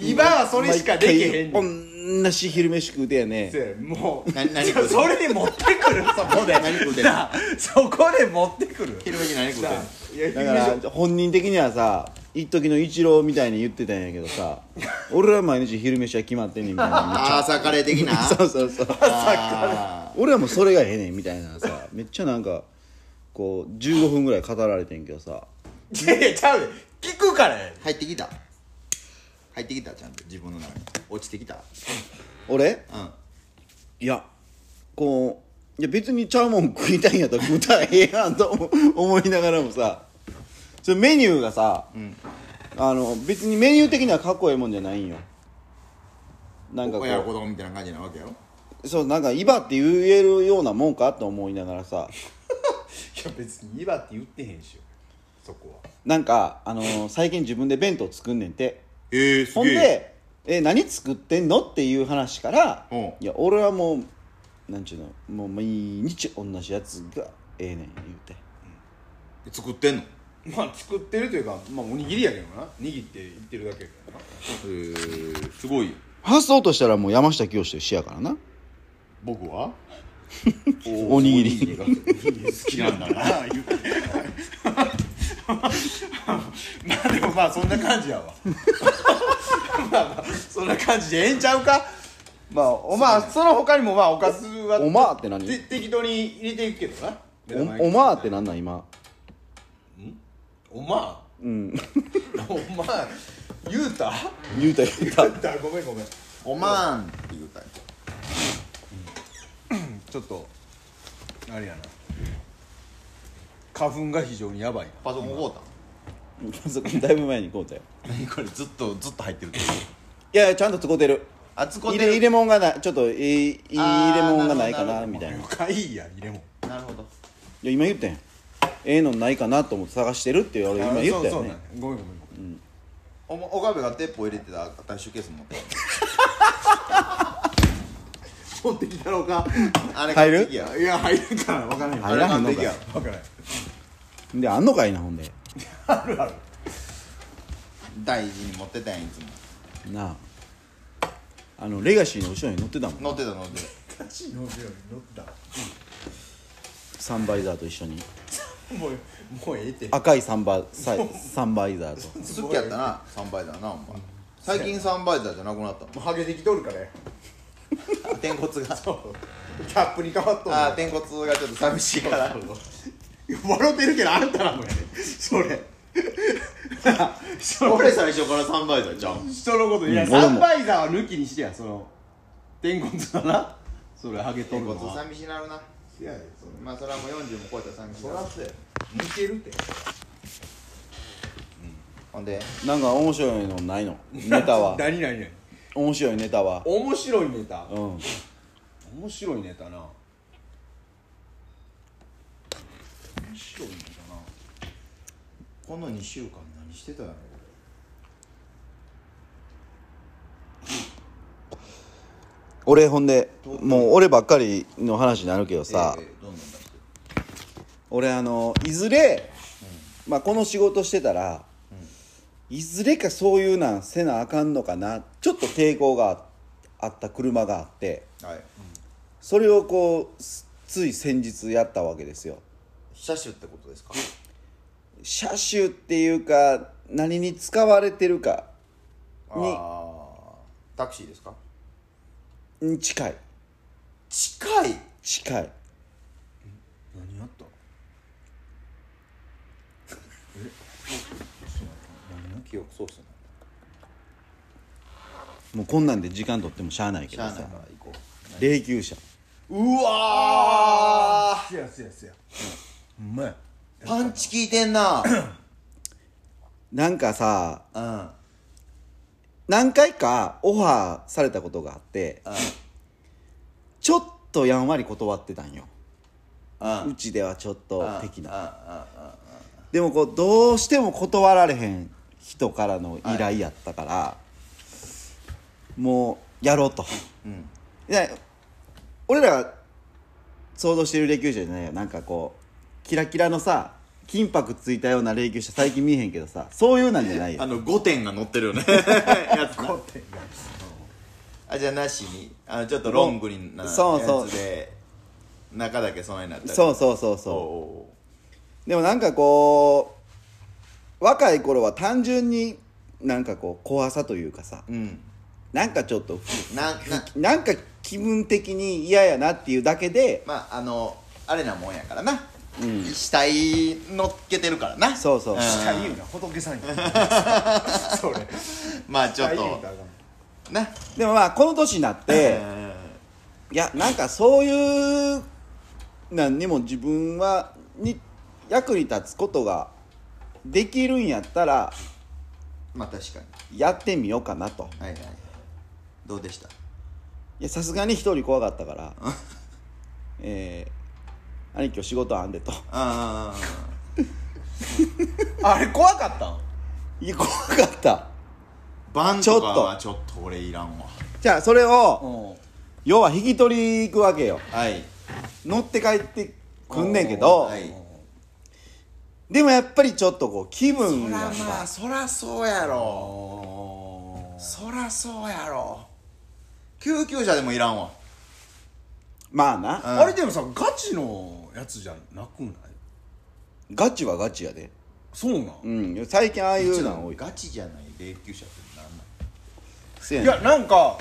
今はそれしかできへんねこんんなし昼飯食うてやねせやもうな何じゃあそれで持ってくるそこで何食うてんのなあそこで持ってくる昼飯何食うてんのなあいやだから本人的にはさ一時の一郎みたいに言ってたんやけど さ俺ら毎日昼飯は決まってんねんみたいなあー朝カレー的 な そうそうそうあ俺らもそれがええねんみたいなさめっちゃなんかこう15分ぐらい語られてんけどさいやいやちゃうで聞くからやー入ってきた入ってきたちゃんと自分の中に落ちてきた俺うんいやこういや別にちゃうもん食いたいんやったら食うたらええやんと思思いながらもさそれメニューがさ、あの別にメニュー的にはかっこええもんじゃないんよなんかこ親のう子供みたいな感じなわけやろそうなんか「今」って言えるようなもんかと思いながら さいや別に今って言ってへんしよそこはなんか、あのー最近自分で弁当作んねんてええすほんで「え何作ってんの?」っていう話から「うんいや俺はもうなんちゅうのもう毎日同じやつがええねん」言うて作ってんのへまあ作ってるというかまあおにぎりやけどな握って言ってるだけやけどなえすごいよ発想としたらもう山下清と一緒やからな僕は おにぎりが好きなんだなああ言うて まあでもまあそんな感じやわ まあまあそんな感じでええんちゃうかまあおまあその他にもまあおかずはおまーって何て適当に入れていくけどなおおまーってなんなん今おまうん おま言うた言うた言うた言うたごめんごめんおまんって言うたんやちょっとあれやな花粉が非常にやばいなパソコン買うたそこだいぶ前にこうたよ何 これずっとずっと入ってるいやいやちゃんと使うてるあつこ入てれる入れ物がないちょっといいいい入れ物がないかあなーなるほどみたいない了解や入れもなるほどや今言ったやんええのないかなと思って探してるって俺今言ったよねごめんごめんごめんおも岡部が鉄砲入れてたタッシュケース持って持ってきたろうかあれ入る完璧やいや入るから分からへん入らへんのかあれ完璧や分からへんであんのかいなほんであるある大事に持ってたんやんいつもなああのレガシーの後ろに乗ってたもん乗ってた乗ってタクシー乗るように乗ったサンバイザーと一緒にもうもうええって赤いサンバサイサンバイザーとた好きやったなサンバイザーなお前最近サンバイザーじゃなくなったもうハゲてきとるからやあ 天骨 がキャップに変わっとんあーで天骨がちょっと寂しいから笑ってるけどあんたらもやでそれ人の俺最初から3倍だじゃん人のこといやうん俺もサンバイザーは抜きにしてやその天骨だなそれハゲと結るの構は寂しなるなせやでまあそれはもう40も超えたら寂しそならるそうや抜けるってほんでなんか面白いのないのネタ は何何何面白いネタは面白いネタうん面白いネタな面白いネタなこの2週間何してたの俺ほんでもう俺ばっかりの話になるけどさ、ええどんどん出して俺あのいずれ、まあ、この仕事してたら、いずれかそういうなんせなあかんのかなちょっと抵抗がああった車があってはいそれをこうすつい先日やったわけですよ車種ってことですか車種っていうか何に使われてるかにあータクシーですかに近い近い近い何やった記憶そうっすねもうこんなんで時間取ってもしゃあないけしどゃあなさいから行こ霊柩車ううわせやせやせやうまいーパンチ効いて んななんかさうん何回かオファーされたことがあってちょっとやんわり断ってたんようんうちではちょっとうん的うなんうんうんでもこうどうしても断られへん人からの依頼やったから、もうやろうと、んで俺らが想像してる霊柩車じゃないよなんかこうキラキラのさ金箔ついたような霊柩車最近見えへんけどさそういうなんじゃないあよの5点が乗ってるよねやつなあじゃあなしにあのちょっとロングになやつでそうそう中だけそのになったそううそうそうそうそでもなんかこう若い頃は単純になんかこう怖さというかさううんなんかちょっとなんななんか気分的に嫌やなっていうだけでまああのあれなもんやからな、死体乗っけてるからなそうそう下ん言うな仏さんやそれまあちょっ下言うとたらあかんなでもまあこの年になっていやなんかそういうなんにも自分はに役に立つことができるんやったらまあ確かにやってみようかなとはいはいどうでしたいやさすがに一人怖かったから えー、兄貴今日仕事あんでとああれ怖かったんいや怖かったあバンとかはちょっと俺いらんわじゃあそれをうん要は引き取り行くわけよはい乗って帰ってくんねんけど、はいでもやっぱりちょっとこう気分そがらまあさそらそうやろそらそうやろ救急車でもいらんわまあなあれでもさガチのやつじゃなくないガチはガチやでそうなんうん最近ああいうの多いガチじゃない霊柩車ってなんなんせやいねんやなんか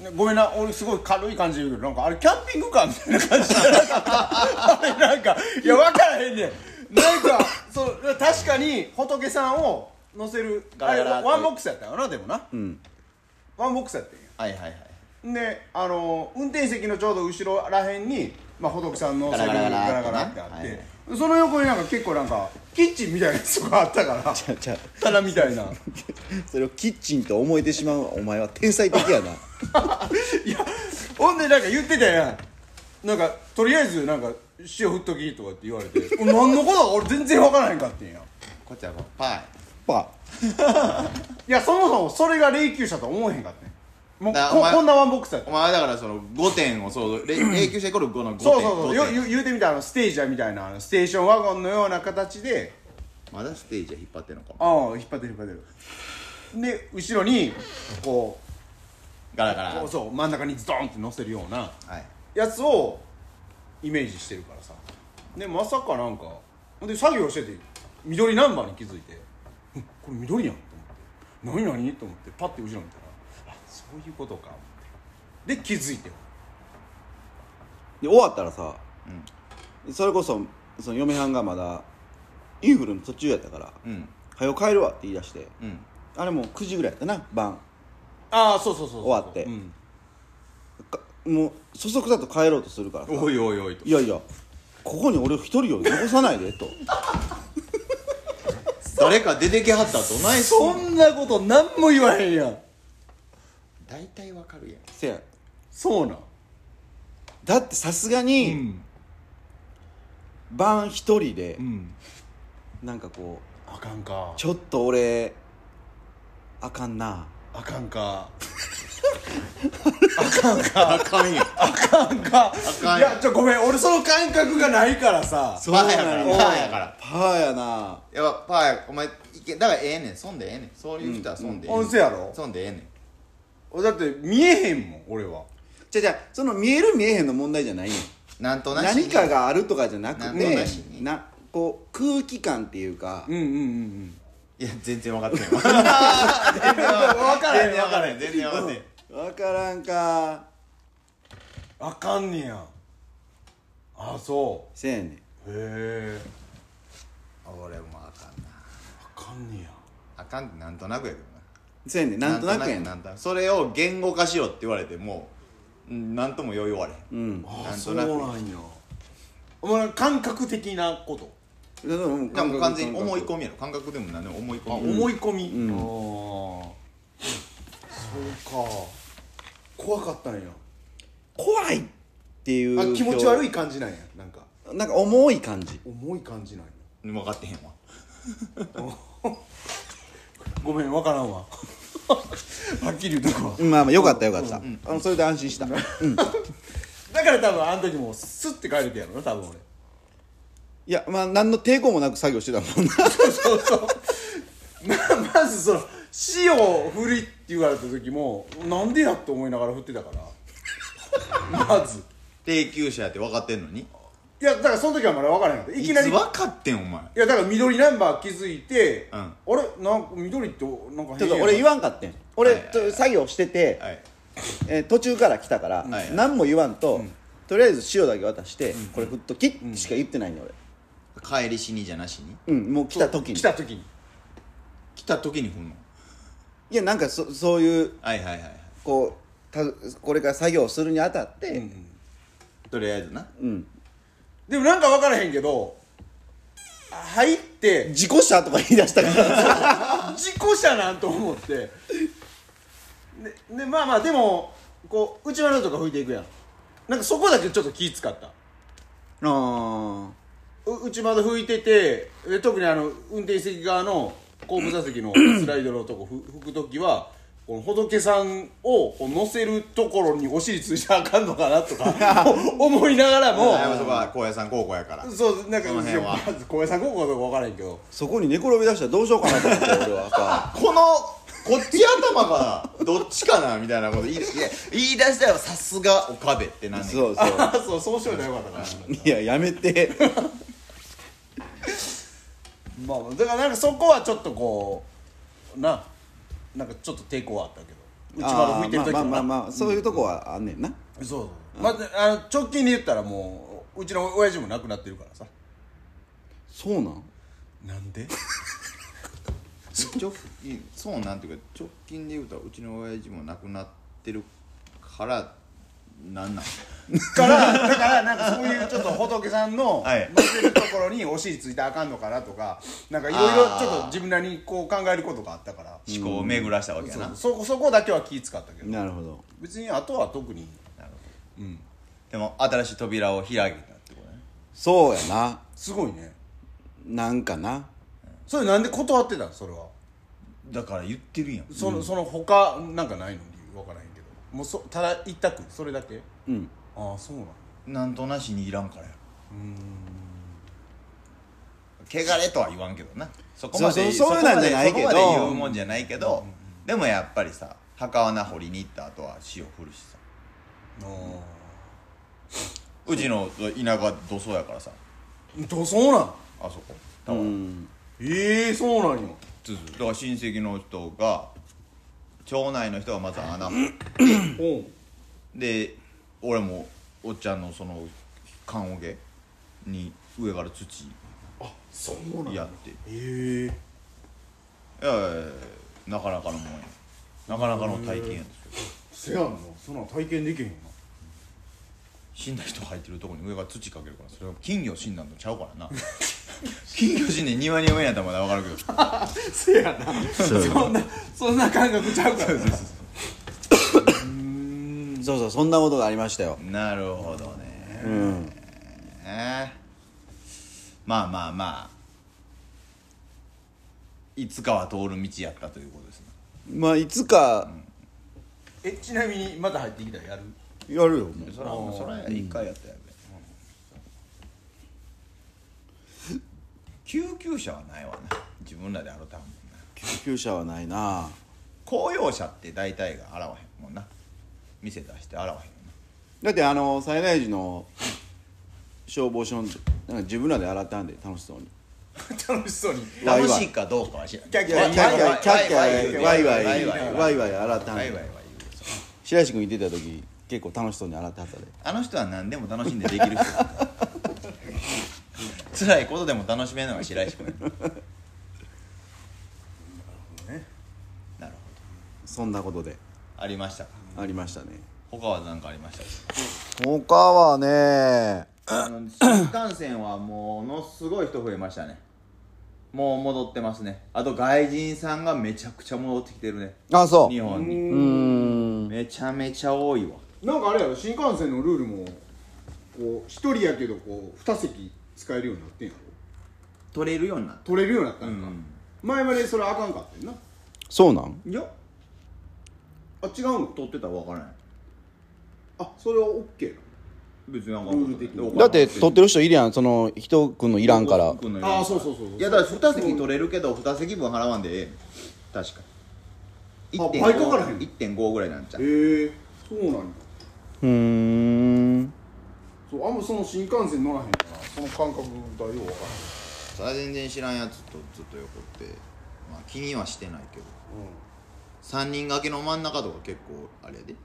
ねごめんな俺すごい軽い感じで言うけどなんかあれキャンピングカーみたいな感じじゃなかった あれなんかいや分からへんねんなんかそう確かに仏さんを乗せるガラガラあっれてワンボックスやったよなでもな、ワンボックスやったんやはいはいはいであの運転席のちょうど後ろらへんに、まあ、仏さんのガラガラガラガラガラってあっはいはて、その横になんか結構なんかキッチンみたいなやつがあった からじゃあじゃあ棚みたいな。それをキッチンと思えてしまうお前は天才的 やな いやほんでなんか言ってたやんなんかとりあえずなんか塩振っときとかって言われ てお何のことか俺全然分からへんかってんやいこっちはパイパやそもそもそれが霊柩車とは思えへんかってんもうだこお前こんなワンボックスやったお前はだからその5点をそう霊霊柩車イコール5の5点そうそうそうよ5点言う言うてみたらあのステージャーみたいなあのステーションワゴンのような形でまだステージは引っ張ってんのかああ引っ張ってる引っ張ってるで後ろにこガラガうラこうそう真ん中にズドンって乗せるようなはいやつをイメージしてるからさでまさかなんかほんで作業してて緑ナンバーに気づいて「うんこれ緑やん」と思って「何何?」と思ってパッて後ろ見たら「あそういうことか」思ってで気づいてで終わったらさ、それこそその嫁はんがまだインフルの途中やったからうん「早よ帰るわ」って言い出してうんあれもう9時ぐらいだな晩ああそうそうそうそう終わってうんかもうそそくさと帰ろうとするからさおいおいおいといやいやここに俺一人を残さないで と誰か出てきはったらどないすそんんなこと何も言わへんやん大体わかるやんせやそうなんだってさすがうにん晩一人でうんなんかこうあかんかちょっと俺あかんなあかんか あかんやんあかんかかんいやちょごめん俺その感覚がないからさパーやからそうなんやパーやからパーやないやパーやお前いけだからええねんそんでええねんそういう人はそんでええうねん、んうん音声やろそんでええねんだって見えへんもん俺はじゃあじゃあその見える見えへんの問題じゃないねんなんとなしに何かがあるとかじゃななくんとてなしになこう空気感っていうかうんうんうんいや全然分かってない 全然分からへん全然分からへん全然分からへん分からんかうんあかんねやあそせやねんうへえ俺もあかんなあかんねやあかんってなんとなくやけどなせやねんなんとなくやねんなんとなくそれを言語化しろって言われてもうんなんとも余裕あれへんうんあなんそとうななくんやお前感覚的なことだからもうでも完全に思い込みみやろ感覚でも何でも思いあ込み思い込み、うんああそうか怖かったんや怖いっていうあ気持ち悪いい感じなんやなんかなんか重い感じ重い感じなんや分かってへんわごめんわからんわはっきり言うとくわまあまあよかったよかった、あのそれで安心した、うん いだから多分あの時もスッて帰れてやろな多分俺やまあ何の抵抗もなく作業してたもんなそうそうままずその塩を振りって言われた時もなんでやって思いながら振ってたからまず低級車やって分かってんのにいやだからその時はまだ分からへんかったいいきなりつ分かってんお前いやだから緑ナンバー気づいて、うんあれなんか緑ってなんかちょ変っやとな俺言わんかってん俺、はいはいはい作業してて、はいえー途中から来たから、はいはい何も言わんと、とりあえず塩だけ渡して、これ振っときってしか言ってないの俺帰りしにじゃなしにうん、もう来た時に来た時に来た時に踏むのいやなんかそそういうはいはいはいはいこうたこれから作業するにあたってとりあえずなうん、でもなんか分からへんけど入って事故車とか言い出した から事故車なんと思ってででまあまあでもこう内丸とか吹いていくやんなんかそこだけちょっと気使ったあう内窓拭いててで特にあの運転席側の後部座席のスライドのとこふ拭く時はこの仏さんをこう乗せるところにお尻ついちゃあかんのかなとか 思いながらあもそこは高野山高校やからそうなんかその辺はまず小林さん高校とか分からへんけどそこに寝転び出したらどうしようかなと思って俺 はさこのこっち頭かなどっちかなみたいなこと言いいや言い出したらさすが岡部ってなんねんそうそあ そうそうしようとよかったかなういややめてまあだからなんかそこはちょっとこうななんかちょっと抵抗はあったけど 内窓拭いてる時あーまあもまあなまあ、まあ、そういうとこはあんねんな、そうそうまああの直近で言ったらもううちの親父も亡くなってるからさそうなんなんで直近そうなんていうか直近で言うとうちの親父も亡くなってるからなんなん からだからなんかそういうちょっと仏さ んのはい乗せるところにお尻ついてあかんのかなとかなんかいろいろちょっと自分なりにこう考えることがあったから思考を巡らしたわけやな、そうそこそこだけは気使ったけどなるほど別にあとは特になるほうんどでも新しい扉を開けたってことねそうやなすごいねなんかなそれなんで断ってたのそれはだから言ってるやんその、その他なんかないの理由わからへんけどもうそただ一択それだけうんああそうなのなんとなしにいらんからや汚れとは言わんけどなそこまでそうそうそういうなんじゃないけどそこまで言うもんじゃないけど、でもやっぱりさ墓穴掘りに行った後は塩振るしさあうちの田舎土葬やからさあどそうなんあそこうだから,、んええそうなんよだから親戚の人が町内の人がまず穴掘るおうで俺もおっちゃんのその棺桶に上から土そうなんやってええいやいやいやなかなかのもんやなかなかの体験やですせよやんなそんなん体験できへんよな死んだ人入ってるとこに上が土かけるからそれは金魚死んだんとちゃうからな金魚死んで庭に埋めんやったらまだ分かるけどせやなそうそんなそんな感覚ちゃうからなそうそうそんなことがありましたよなるほどねうんねまあまあまあいつかは通る道やったということですねまあいつかえちなみにまた入ってきたらやる やるよもうそらそら一回やったやべ、救急車はないわな自分らで洗ったもんな救急車はないな公用車って大体が洗わへんもんな店出して洗わへんもんだなってあの災害時の消防署のなんか自分らで洗ったんで楽しそうに楽しそうにワイワイ楽しいかどうかは知らんキャッキキャャッキャキャッキャワイワイワイワイワイワイ洗ったんワイワでイワイワイ白石君出てた時結構楽しそうに洗ってはったであの人は何でも楽しんでできる人や から辛いことでも楽しめるのが白石君やなるほどねなるほそんなことでどありましたかありましたね他は何かありましたか他はねあの新幹線はものすごい人増えましたねもう戻ってますねあと外人さんがめちゃくちゃ戻ってきてるねあそ日本にうんめちゃめちゃ多いわなんかあれやろ新幹線のルールもこう一人やけどこう二席使えるようになってんやろ取れるようになった取れるようになったんか、うん前までそれあかんかったよなそうなんいやあ違うの取ってたら分からないあそれは OK なの別になんかルール的にだって取ってる人いるやんその人くんのいらんからあーそうそうそうそういやだから2席取れるけど2席分払わんでええねん確かあ1.5倍かからへん1.5ぐらいなんちゃうへえそうなんやうーんそうあんまその新幹線乗らへんからその感覚がようわかそれは全然知らんやつとずっと横ってまあ気にはしてないけどらんうん3人掛けの真ん中とか結構あれやでわ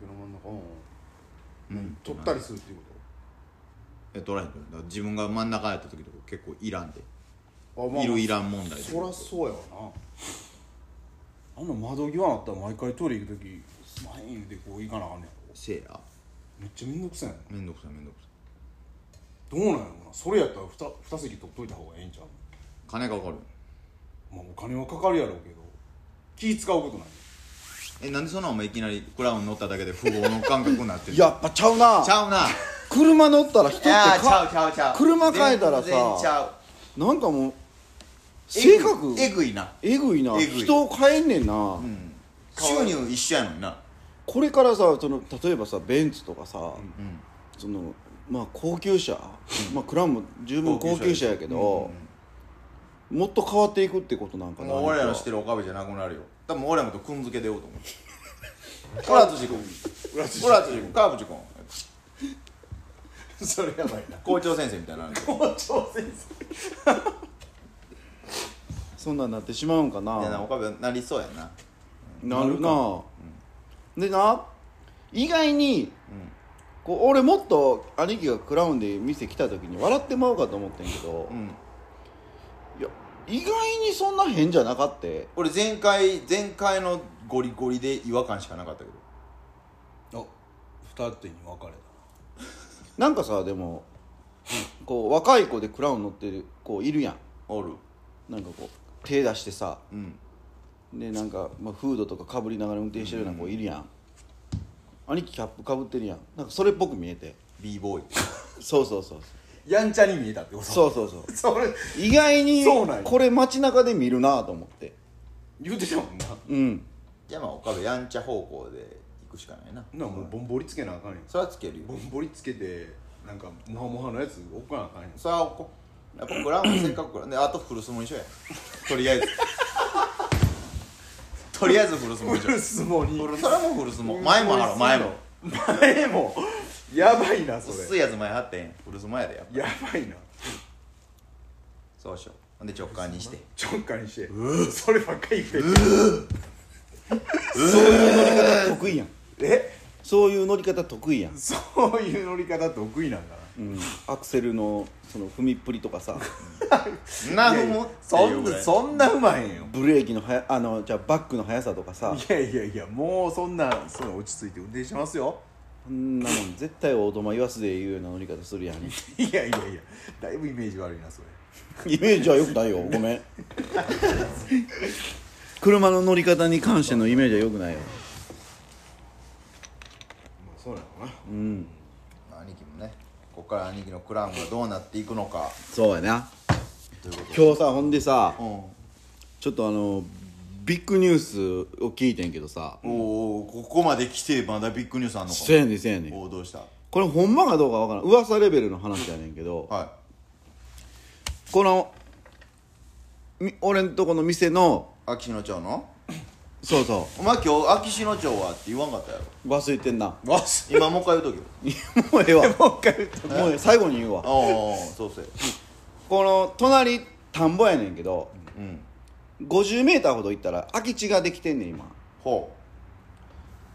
けの真ん中うんうん取ったりするっていうこえ取らへんと思うだから自分が真ん中やった時とか結構いらんでとあ、いるいらん問題そりゃそうやわなあんな窓際あったら毎回トイレ行く時すまへん言うてこう行かなあかんねやろせいやめっちゃめんどくさいなめんどくさいめんどくさいどうなんやろなそれやったら 2, 二席取っといた方がええんちゃう金かかるまあお金はかかるやろうけど気使うことないえなんでそんなお前いきなりクラウン乗っただけで富豪の感覚になってるやっぱちゃうなちゃうな車乗ったら人っていやーちゃうかちゃうちゃう車変えたらさ全然ちゃうなんかもう性格えぐいなえぐいなえぐい人を変えんねんなうん収入一緒やのになこれからさその例えばさベンツとかさうんそのまあ高級車まあクラウンも十分高級車やけどもっと変わっていくってことなんかなもう俺らのしてる岡部じゃなくなるよ多分俺らもとくんづけ出ようと思うほら辻君ほら辻君川淵君 それやばい な校長先生みたいになるで校長先生そんなんなってしまうんかいやなな岡部なりそうやななるなでな意外にこう俺もっと兄貴がクラウンで店来た時に笑ってまうかと思ってんけどうんいや意外にそんな変じゃなかって俺前回前回のゴリゴリで違和感しかなかったけどあ二手に分かれなんかさでもこう若い子でクラウン乗ってる子いるやおるんなんかこう手出してさうんでなんか、まあ、フードとかかぶりながら運転してるような子いるやん、兄貴キャップかぶってるやんなんかそれっぽく見えて b ボーイそうそうそうたやんちゃに見えたってことそうそうそうそう それ意外にそうなんやこれ街中で見るなと思って言うてたもんなうんじゃあまあ岡部やんちゃ方向で行くしかないななもうぼんぼりつけなあかんやんそれはつけるよぼんぼりつけてなんかモハモハのやつ置かなあかんやんそれはこやっぱグラムせっかくグ ラであとフルスモ一緒やとりあえず とりあえずフルスモ一緒フルスモにフルそれはもうフルスモ前も貼ろう前も前もやばいなそ薄れいやつ前貼ってんフルスモやでやっぱやばいなそうしようほんで直感にしてちょっかにしてそればっかり言ってそういう乗り方得意やんえそういう乗り方得意やんそういう乗り方得意なんだなうん、アクセルのその踏みっぷりとかさやなるいやもってそいうんぐならいそんなうまいんよブレーキのはやあのじゃあバックの速さとかさいやいやいやもうそんなそんな落ち着いて運転しますよそんなもん絶対オートマ言わすで言うような乗り方するやんイいやいやいやだいぶイメージ悪いなそれメージはよくないよごめん 車の乗り方に関してのイメージはよくないよそうなのなうん兄貴もねここから兄貴のクラウンがどうなっていくのかそうやなということで今日さほんでさうんちょっとあのビッグニュースを聞いてんけどさおおここまで来てまだビッグニュースあんのかせやねんせやねんおおどうしたこれほんまかどうかわからん噂レベルの話やねんけどはこのみ俺んとこの店のい秋篠町のそうそお前今日秋篠町はって言わんかったやろう忘れてんな わし今もう一回言うと きよもうええわもう一回言っもうええ最後に言うわああそうせこの隣田んぼやねんけどうん5 0ーほど行ったら空き地ができてんねん今ほ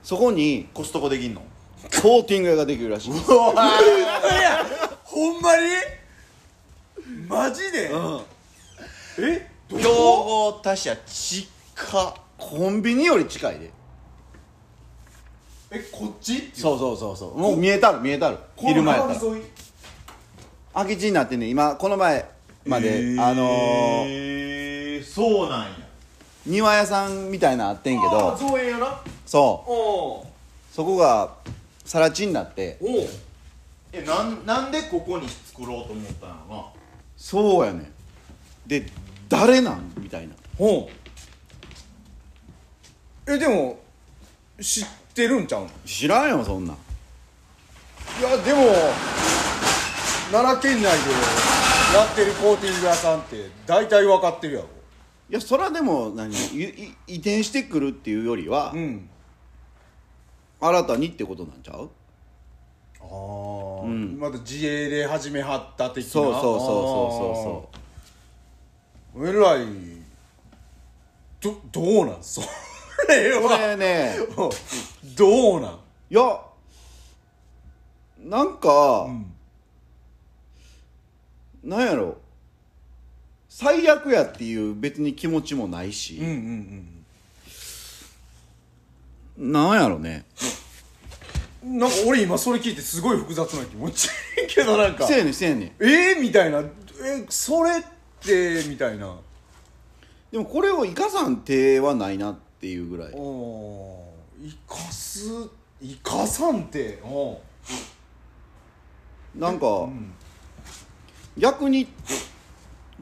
そこにうコストコできんのコーティングができるらしい、うたいやほんまにマジでん、え競合他社ちっかコンビニより近いでえこっちそうそうそうそうもう見えたる見えたる昼間やったらら空き地になってんねん今この前まで、えーあのーそうなんや庭屋さんみたいなのあってんけど造園やなそおおうそこが更地になっておおえなんなんでここに作ろうと思ったんやろそうやねんで誰なんみたいなほうえでも知ってるんちゃうの知らんよそんなんいやでも奈良県内でやってるコーティング屋さんって大体分かってるやろいやそらでも何いい移転してくるっていうよりは、ん新たにってことなんちゃうああ、まだ自営で始めはった的なそうそうそうそうそうそうえらいどどうなん それそうそうこはれねどうなんいやなんか、なんやろ最悪やっていう別に気持ちもないし、うんうんなんやろねうんなんか俺今それ聞いてすごい複雑な気持ちいいけどなんかせやねんせやねんえー、みたいなえそれってみたいなでもこれを生かさん手はないなっていうぐらいおー生かす生かさんておなんか、逆に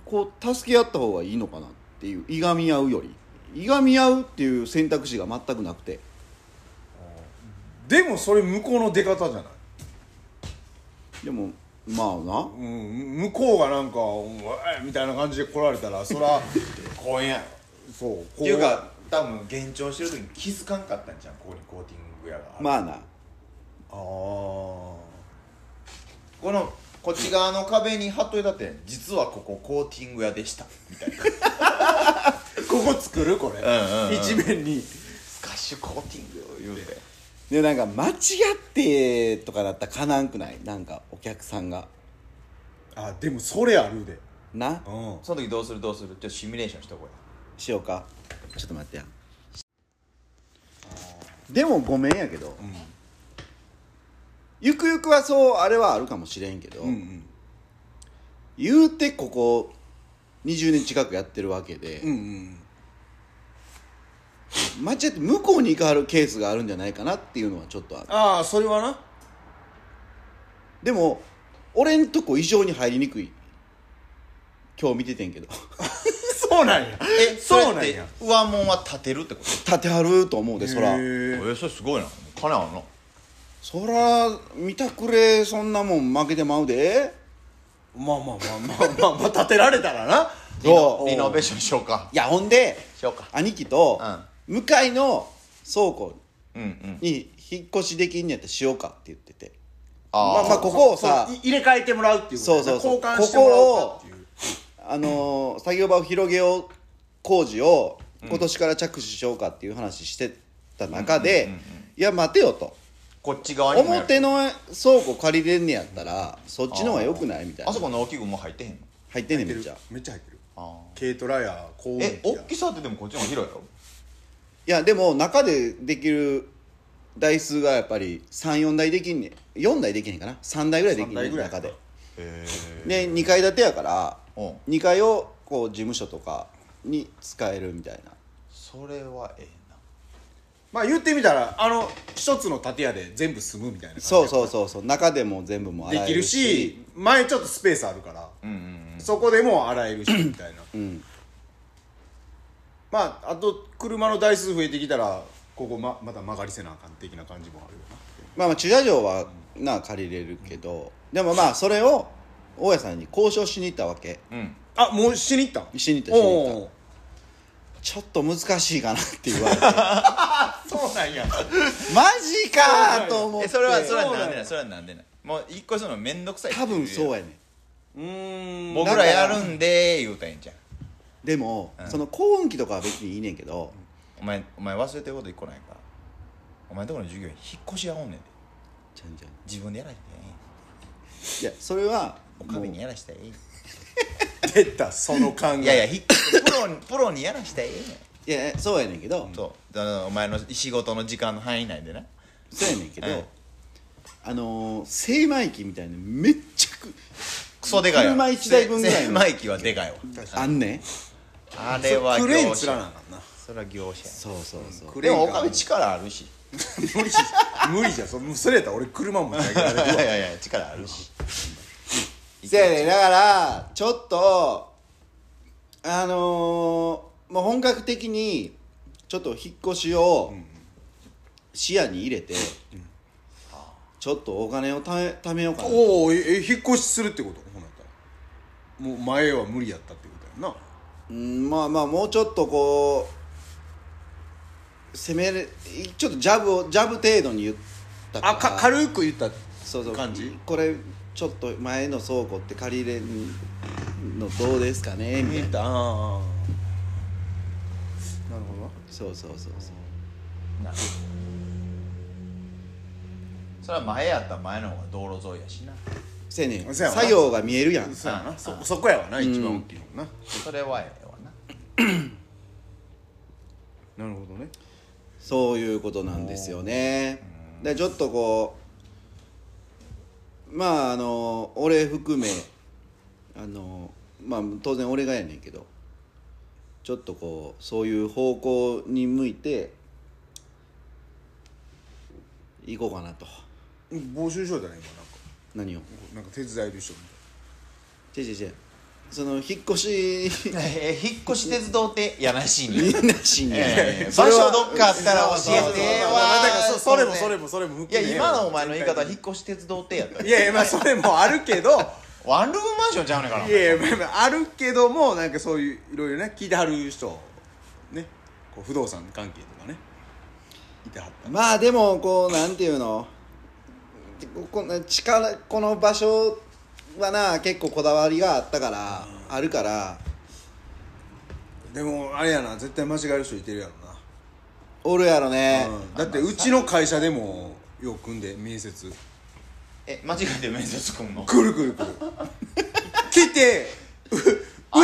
こう助け合った方がいいのかなっていういがみ合うよりいがみ合うっていう選択肢が全くなくてでもそれ向こうの出方じゃない、でもまあなうん、向こうがなんか「おい」みたいな感じで来られたらそら公園やろそうこっていうか多分現状してる時に気づかんかったんじゃんここにコーティング屋があるまあなああこのこっち側の壁に貼っといたって実はここコーティング屋でしたみたいなここ作るこれ、んうんうん一面にスカッシュコーティングを言うてでなんか間違ってとかだったらかなんくないなんかお客さんがあでもそれあるでなうんその時どうするどうするちょっとシミュレーションしてこしようかちょっと待ってやでもごめんやけど、ゆくゆくはそうあれはあるかもしれんけど、うん言うてここ20年近くやってるわけで、うんうん間違って向こうに行かはるケースがあるんじゃないかなっていうのはちょっとあるああそれはなでも俺んとこ異常に入りにくい今日見ててんけど そうなんやえそうなんや上門は立てるってこと立てはると思うでそらへーえそれすごいな金あんのそら見たくれそんなもん負けてまうでまあまあまあまあまあ、まあ、立てられたらなリノそうリノベーションしようかいやほんでしようか兄貴と向かいの倉庫うんうんに引っ越しできんねやったらしようかって言っててあまあまあここをさそうい入れ替えてもらうっていうことそねうそうそう交換してもらおうかっていうあのー作業場を広げよう工事を今年から着手しようかっていう話してた中で、いや待てよとここっち側にもやる表の倉庫借りれんねやったらそっちの方がよくないみたいなあそこの大きいもう入ってへんの入ってんねんめめっっちちゃゃ入ってるあ軽トラや高ー音え機大やきさってでもこっちの方が広いやろいやでも中でできる台数がやっぱり34台できんねん4台できへんかな3台ぐらいできんね三台んぐらい中でへで2階建てやからうん2階をこう事務所とかに使えるみたいなそれはええなまあ言ってみたらあの一つの建屋で全部住むみたいな感じそうそうそうそう中でも全部も洗でえきるし前ちょっとスペースあるから、うんうんそこでも洗えるしみたいなうんまああと車の台数増えてきたらここままた曲がりせなあかん的な感じもあるよまあまあ駐車場はな借りれるけどでもまあそれを大家さんに交渉しに行ったわけうんうんなあもうしに行ったんしに行ったしに行ったおうおうちょっと難しいかなって言われてそうなんやマジかーと思っえてそれはそれはなんでないそれはなんでないもう一個その面倒くさいってい多分そうややねんうーん僕らやるんで言うたらええんじゃんでも、その幸運期とかは別にいいねんけど、お前お前忘れてること一個ないかお前のところの授業に引っ越しやおんねんでちゃんちゃん自分でやらしてえいやそれはえんおかみにもやらしたらえ出たその考ええんいやいや引っ越しプロにプロにやらしたらええねんういやそうやねんけど、そうだからお前の仕事の時間の範囲内でなそうやねんけど、うんあのー、精米機みたいなめっちゃくクソでかいわ車一台 分ぐらいの狭い機はでかいわあんねんあれはクレーン業つらなあ者かんなそれは業者やそうそうそうクでレーンもおかかみ力あるし無理じゃん無理じゃんそれそれやったら俺車持ち上げられいるわやいやいや力あるしそうやねんだからちょっとあのー、もう本格的にちょっと引っ越しを視野に入れて、ちょっとお金をためためようかなおおええ引っ越しするってことほなったらもう前は無理やったってことやんなうんまあまあもうちょっとこう攻めるちょっとジャブをジャブ程度に言ったあか軽く言ったらそうそう感じこれちょっと前の倉庫って借りれんのどうですかねみたいな、たああなるほどなそうそうそうそうなそれは前やったら前の方が道路沿いやしなせやねんそうやわな作業が見えるやんそうやなそそこやわな一番大きいのな、それはええわななるほどねそういうことなんですよねでちょっとこうまああの俺含めあのまあ当然俺がやねんけどちょっとこうそういう方向に向いて行こうかなと募集しようじゃない今なんか何をなんか手伝える人み違う違う違うその引っ越し えー 引っ越し鉄道ってやらしいみねんなしに、えーそ場れ所はどっかあったら教たいえなてえまあまあだからそそれもそれもそれもいや今のお前の言い方はひ引っ越し鉄道ってやったいやいやまあそれもあるけ どワンルームマンションちゃうねんからいやいやまあまああるけどもなんかそういういろいろね聞いてはる人ねこう不動産関係とかねいてはったまあでもこうなんていうのここの力この場所はな結構こだわりがあったから、あるからでもあれやな絶対間違える人いてるやろおるやろな、ね、うんだってうちの会社でもよく組んで面接え間違えて面接くんのくるくるくる来て う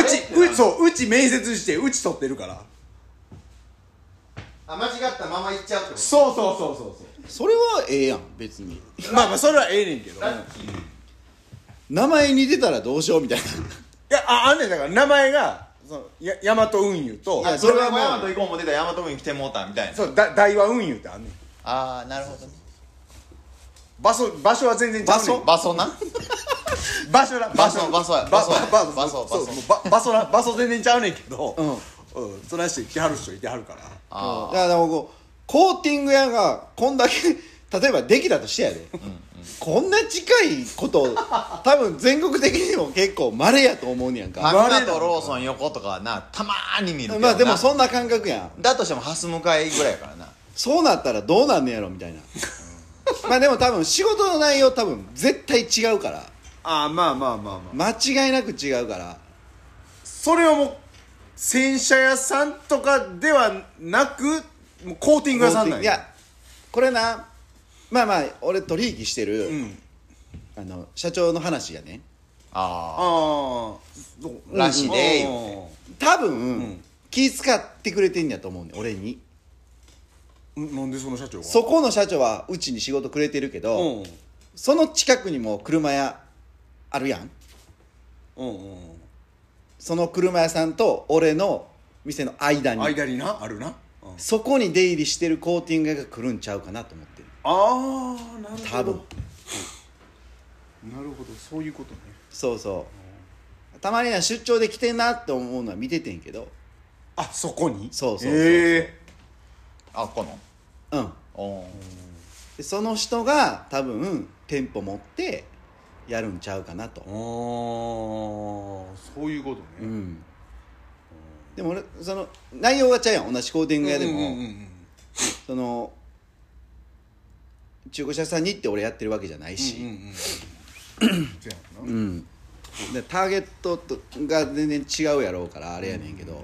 うちうそううち面接してうち取ってるからあ間違ったまま行っちゃうってこそうそうそうそうそそれはええやん別にうまあまあそれはええねんけどいラッキー名前に出たらどうしようみたいやああんねんだから名前がそのやヤマト運輸いとやそれはもうヤマト行こう思ってたらヤマト運輸来てもうたみたいなそうだ大和運輸ってあんねんああなるほどね場所場所は全然ちゃうねん場所な場所な場所場所や場場所所や場場所所そう場所もうば場所な場所全然ちゃうねんけどううんそないして来てはる人いてはるからな、あうんだからでもこうコーティング屋がこんだけ例えばできたとしてやで、こんな近いこと多分全国的にも結構まれやと思うねやんあかマクダとローソン横とかはなたまーに見るけどなまあでもそんな感覚やんだとしてもハス向かいぐらいやからなそうなったらどうなんねやろみたいなまあでも多分仕事の内容多分絶対違うからああまあまあまあまあ間違いなく違うからそれはもう洗車屋さんとかではなくもうコーティング屋さんなんいやこれなまあまあ俺取引してる、んあの社長の話がねあああらしいね言うて多分、気使ってくれてんやと思うね俺になんでその社長がそこの社長はうちに仕事くれてるけど、うんその近くにも車屋あるやんうんうんうんその車屋さんと俺の店の間に間になあるなうんそこに出入りしてるコーティングが来るんちゃうかなと思ってるああなるほど多分なるほどそういうことねそうそうたまには出張で来てんなって思うのは見ててんけどあそこにそうそうそうそうえあこのうんおーでその人が多分店舗持ってやるんちゃうかなとああそういうことうねんでも俺その内容がちゃうやん同じコーティング屋でも、うんうんうんその中古車屋さんに行って俺やってるわけじゃないうんうし、んうんせやろなでターゲットとが全然違うやろうからあれやねんけど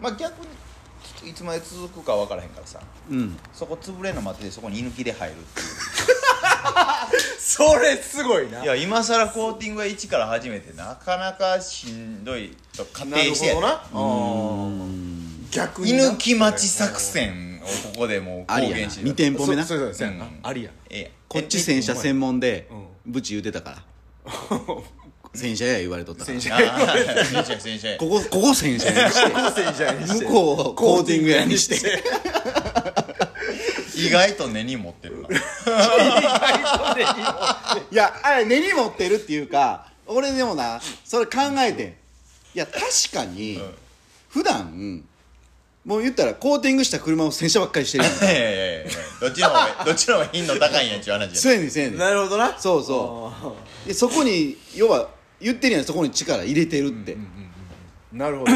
まあ逆にちょっといつまで続くか分からへんからさうんそこ潰れんの待っててそこに居抜きで入るっていそれすごいうないや今更コーティングは一から始めてなかなかしんどいと仮なる定してやほどでな逆に居な抜き待ち作戦をここでもうあり公や言なして2店舗目なそうそうそうやなうんあ りやなええやんこっち洗車専門でうブチ言うてたから洗車や言われとったから洗 車 あー先生先生ここここ洗車やにして戦車にして向こうをコーティング屋にして意外と根に持ってる ないやあれ根に持ってるっていうか俺でもなそれ考えてんいや確かにん普段もう言ったらコーティングした車を洗車ばっかりしてるやんいやいやいやどっちの方がどっちの方が頻度高いんやっちゅう話じそゃうやねんそうやねんなるほどなそうそうでそこに要は言ってるやんそこに力入れてるって、な るほど、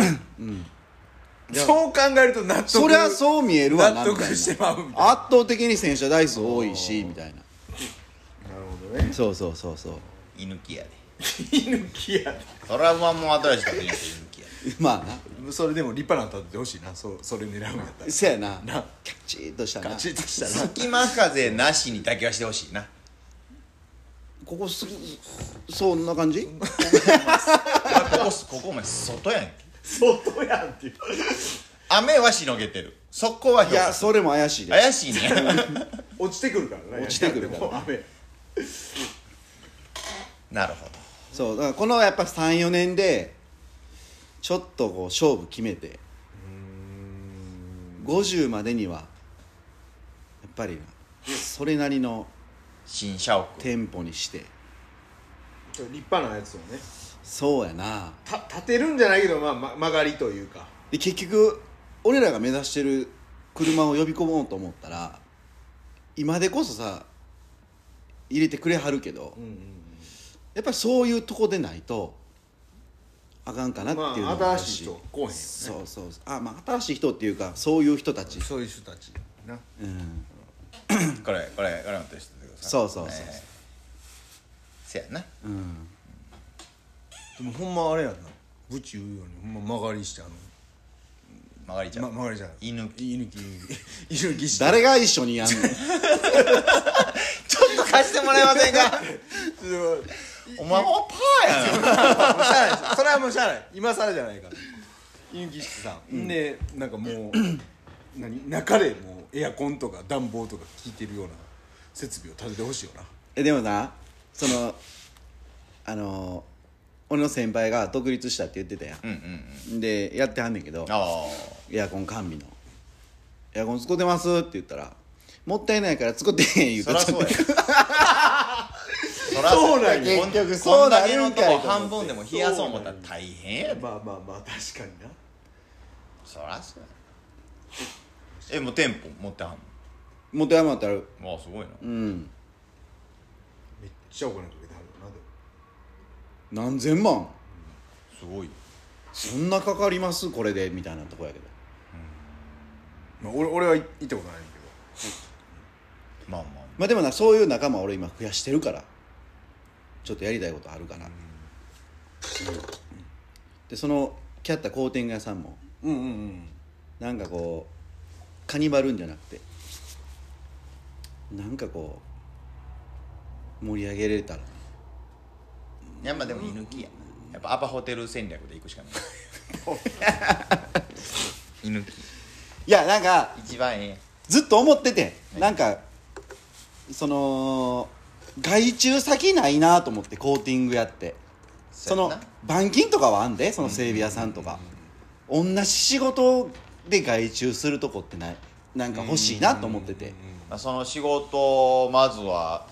そう考えると納得そりゃそう見えるわな納みたいな得して圧まうみたいな倒的に洗車台数多いしみたいななるほどねそうそうそうそうん居抜きやで犬きやそれはもう新しかったんやけど居抜き やまあなそれでも立派なの立ててほしいなそうそれ狙うんやったらせやななキャッチーっとしたなガチッとしたら隙間風なしにだけはしてほしいなここすそんな感じここここお前外やんけ外やんっていう雨はしのげてるそこはいやそれも怪しいで怪しいね落ちてくるからね落ちてくるからもう雨なるほそうだからこのやっぱ34年でちょっとこう勝負決めて50までにはやっぱりなそれなりのど新社屋店舗にして立派なやつをねそうやなた立てるんじゃないけど、まあ、ま曲がりというかで結局俺らが目指してる車を呼び込もうと思ったら今でこそさ入れてくれはるけど、んうんやっぱりそういうとこでないとあかんかなっていうのもまあある新しいし、人来おへんよねそうそうあまあ新しい人っていうかそういう人たちそういう人たちなうんこれこれこれ持ってる人でくださいそうそうそうそうえーせやなうんでもほんまあれやんなブチ言うようにほんま曲がりしてあの、曲がりちゃま、う曲がりじゃない居抜き犬き 犬き犬き して誰が一緒にやんの ちょっと貸してもらえませんかお前もパーもやんうしゃあないですそれはもうしゃあない今更じゃないから犬木室さん、でなんかも う何中でもうエアコンとか暖房とか効いてるような設備を立ててほしいよなえでもなそのあの俺の先輩が独立したって言ってたやんうんうんうんでやってはんねんけどあエアコン完備の「エアコン使ってます」って言ったら「もったいないから使ってへん」言あうそてたらそうやそらそうなんやこ結局こそうんだなけるのんとかいこ半分でも冷やそう思ったら大変やでまあまあまあ確かになそらそうやえもう店舗持ってはん もったいなかったらうのわあすごいなんめっちゃお金かけてはるよなでも何千万すごいよそんなかかりますこれでみたいなとこやけどまあ、俺俺は行ったことないけどまあまあまあでもなそういう仲間俺今増やしてるからちょっとやりたいことあるから、でそのキャッタコーティング屋さんもうんうんうんなんかこうカニバルーンじゃなくてなんかこう盛り上げれたらいやまあでも犬木ややっぱアパホテル戦略で行く しかない犬木いやなんか一番ええやんずっと思っててなんかその外注先ないなと思ってコーティングやってそそうやのな板金とかはあんでその整備屋さんとか同じ仕事で外注するとこってないなんか欲しいなと思っててまあ、その仕事をまずは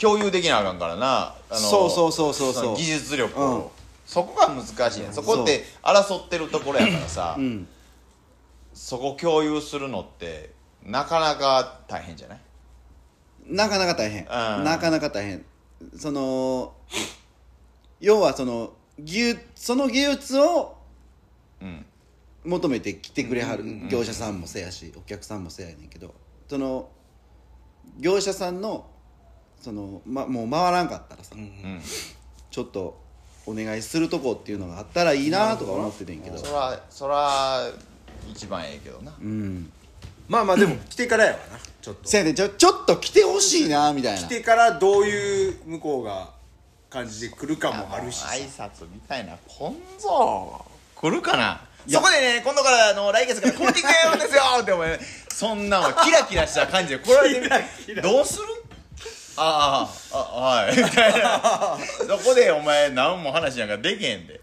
共有できなあかんからなあのそうそうそうそうそうの技術力を、うんそこが難しいねそこって争ってるところやからさ、うんそこ共有するのってなかなか大変じゃないなかなか大変うんなかなか大変その要はその技術その技術をうん求めて来てくれはる業者さんもせやしお客さんもせやねんけどその業者さんのその、ま、もう回らんかったらさ、うんちょっとお願いするとこっていうのがあったらいいなとか思っててんけどそらそら一番ええけどな、うんまあまあでも来てからやわなちょっとせやねんちょちょっと来てほしいなみたい来なてからどういう向こうが感じで来るかもあるしさ挨拶みたいなこんぞ来るかなそこでね今度からあの来月からコーティングやるんですよってお前そんなのキラキラした感じで来られてみどうするあああはいみたいなそこでお前何も話なんかできへんで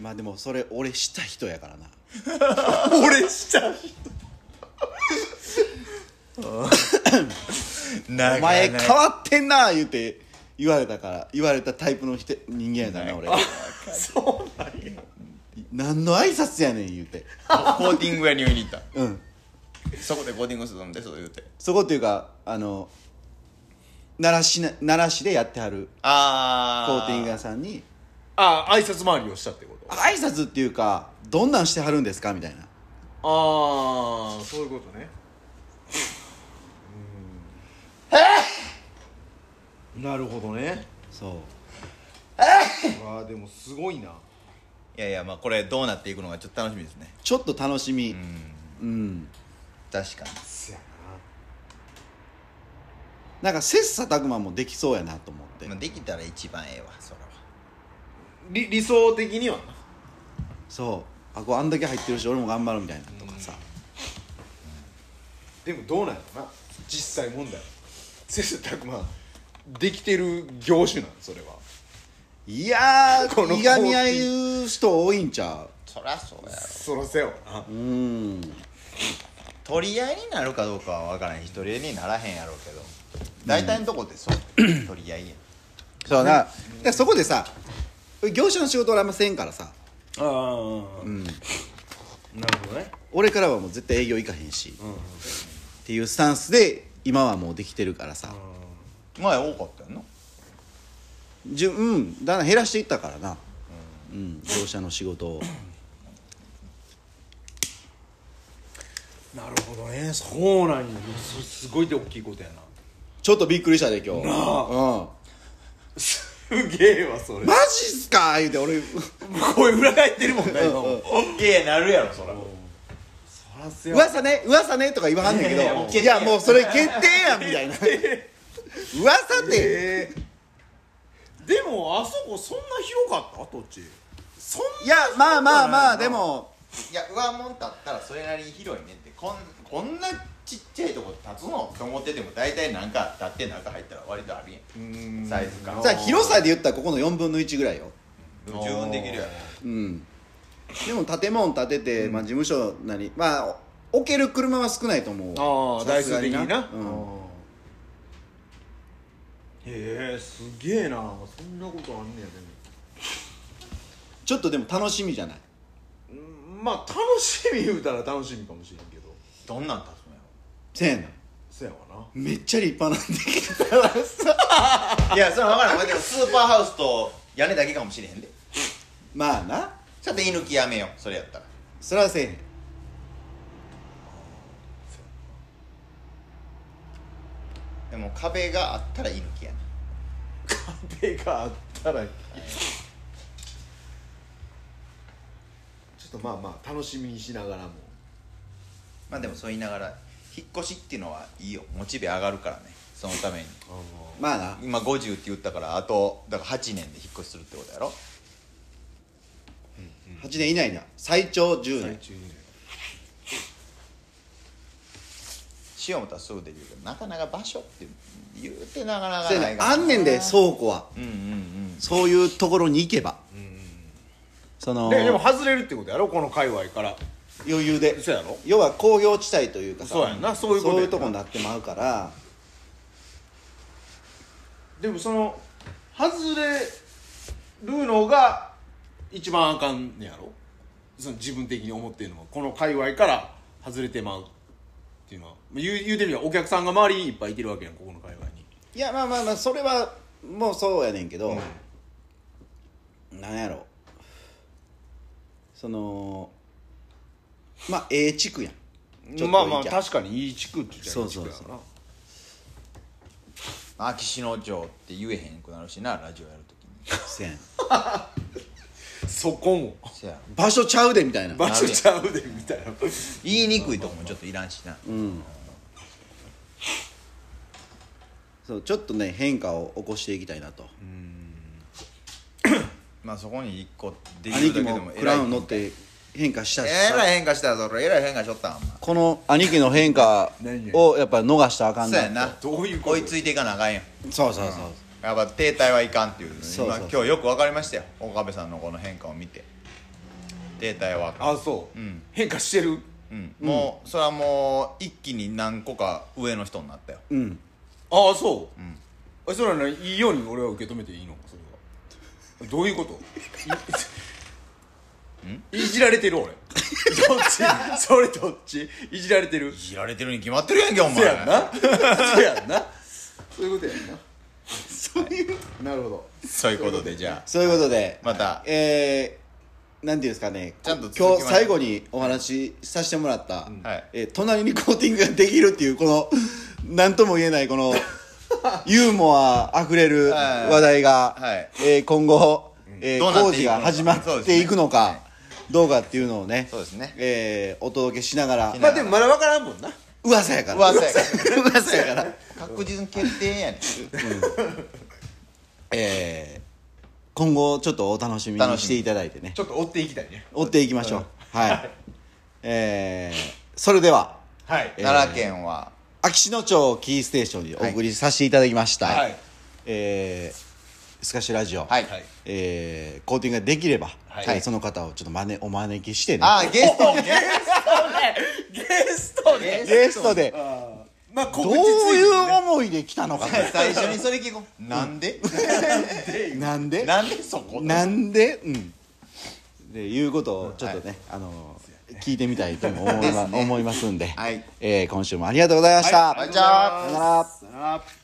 まあでもそれ俺した人やからな俺したお前変わってんな言うて言われたから言われたタイプの人人間やからな俺そうなんや何の挨拶やねん言うてコーティング屋に言いに行ったうんそこでコーティングするんですよ言うてそこっていうかあの奈良市な奈良市でやってはるコああーティング屋ささんにああ挨拶回りをしたってことあ挨拶っていうかどんなんしてはるんですかみたいなあーそういうことねうんなるほどねそうわあでもすごいないやいやまあこれどうなっていくのがちょっと楽しみですねちょっと楽しみうんうん、確かにせやなんか切磋琢磨もできそうやなと思って、まあ、できたら一番ええわそれはな理理想的にはなそうあこうあんだけ入ってるし俺も頑張るみたいなとかさ、でもどうなんやろな実際問題切磋琢磨できてる業種なんそれはいやこのーいがみ合いう人多いんちゃそりゃそうやろそらせよなううん取り合いになるかどうかは分からへん一人にならへんやろうけど大体のとこって そう、取り合いやそうな、だからそこでさ業者の仕事俺あんませんからさああうんなるほどね俺からはもう絶対営業行かへんし、っていうスタンスで今はもうできてるからさ、前多かったやんのじゅうんだんだん減らしていったからな、うん業者の仕事をなるほどねそうなんやそすごいで大きいことやなちょっとびっくりしたで今日うんすげえわそれマジっすか言うて俺声裏返ってるもんねうんうんオッケーなるやろそらそらせ噂ね噂ねとか言わはんねんけどいやいやもう決いやもうそれ決定やんみたいな噂ってえーでもあそこそんな広かった土地そんいやまあまあまそあうだでよなもいや上もん立ったらそれなりに広いねんってこんこんなちっちゃいとこ立つのって思ってても大体なんか立って中入ったら割とあるやんなサイズ感さあ広さで言ったらここの4分の1ぐらいよでも十分できるやろうんでも建物建てて、まあ事務所なりまあお置ける車は少ないと思うああさ台す数が的にな、うんへえすげえなそんなことあんねやちょっとでも楽しみじゃないでもうんまあ楽しみ言うたら楽しみかもしれんけどどんなん立つのやせやなせやわめっちゃ立派なんでろいやそれは分からんまあでもスーパーハウスと屋根だけかもしれへんでまあなちょっと犬きやめようそれやったらそれはせえへんでも壁があったら犬きやなな壁があったらちょっとまあまあ楽しみにしながらもまあでもそう言いながら引っ越しっていうのはいいよモチベ上がるからねそのためにまあな今50って言ったからあとだから8年で引っ越しするってことやろ8年以内には最長10年塩もたらすぐできるけどなかなか場所って言うてなかなそうかやないねからあんねんで倉庫はうんうんうんそういうところに行けばそのででも外れるってことやろこの界隈から余裕でそうやろ要は工業地帯というかさそうやんなそういうことやんなとこになってまうからでもその外れるのが一番あかんねやろその自分的に思ってるのはこの界隈から外れてまうっていうのは言う言うてみればお客さんが周りにいっぱいいてるわけやんここの界隈にいやまあまあまあそれはもうそうやねんけど、なんやろそのまあええ地区やんちょっといいまあまあじゃん確かにいい地区って言っちゃいい地区やからそうそうな秋篠町って言えへんくなるしなラジオやるときにせや んそこもせやろ場所ちゃうでみたいな場所ちゃうでみたいな言いにくいとこもちょっといらんしなそうちょっとね変化を起こしていきたいなとまあそこに一個でき兄貴るだけでももクラウン乗のって変化したしえさらい変化したぞ俺えらい変化しとったんこの兄貴の変化をやっぱ逃したらあかおん前そうやななとどういうこと追いついていかなあかんやんそうそうそうやっぱ停滞はいかんっていうのねそうそう今今日よく分かりましたよ岡部さんのこの変化を見て停滞はあかんあそう、変化してるうん、もう、それはもう一気に何個か上の人になったようんああそう、えそれはねいいように俺は受け止めていいのかそれはどういうこといいじられてる俺どっちそれどっちいじられてるいじられてるに決まってるやんけお前せやんなせやんなそういうことやんなそういうなるほどそういうことでじゃあそういうことでまたえー、なんていうんですかねちゃんと続きましょ今う日最後にお話しさせてもらった、はいえー隣にコーティングができるっていうこ の何とも言えないこのユーモアあふれるはい話題が、はいえー今後、えーどうなっ工てい事くのかが始まっていくのか、どうかっていうのをねそうですねえーお届けしながらまあでもまだ分からんもんな噂やから噂やか 噂やから確実に決定やねえー今後ちょっとお楽しみにしていただいてねちょっと追っていきたいね追っていきましょうはいえーそれでははいえー奈良県は秋篠町をキーステーションにお送りさせていただきました、はいえースカシラジオ、はい、はいえーコーティングができれば、はいはいその方をちょっと招お招きしてねああゲストゲゲストでストゲストでまあ告ど知うついてるいうね思いで来たのか最初にそれ聞こうなんでなんでなんでそこなんでうんでいうことをちょっとね、あの聞いてみたいとも思い,、ま思いますんで、はいえー今週もありがとうございました、はいじゃあさよならさよなら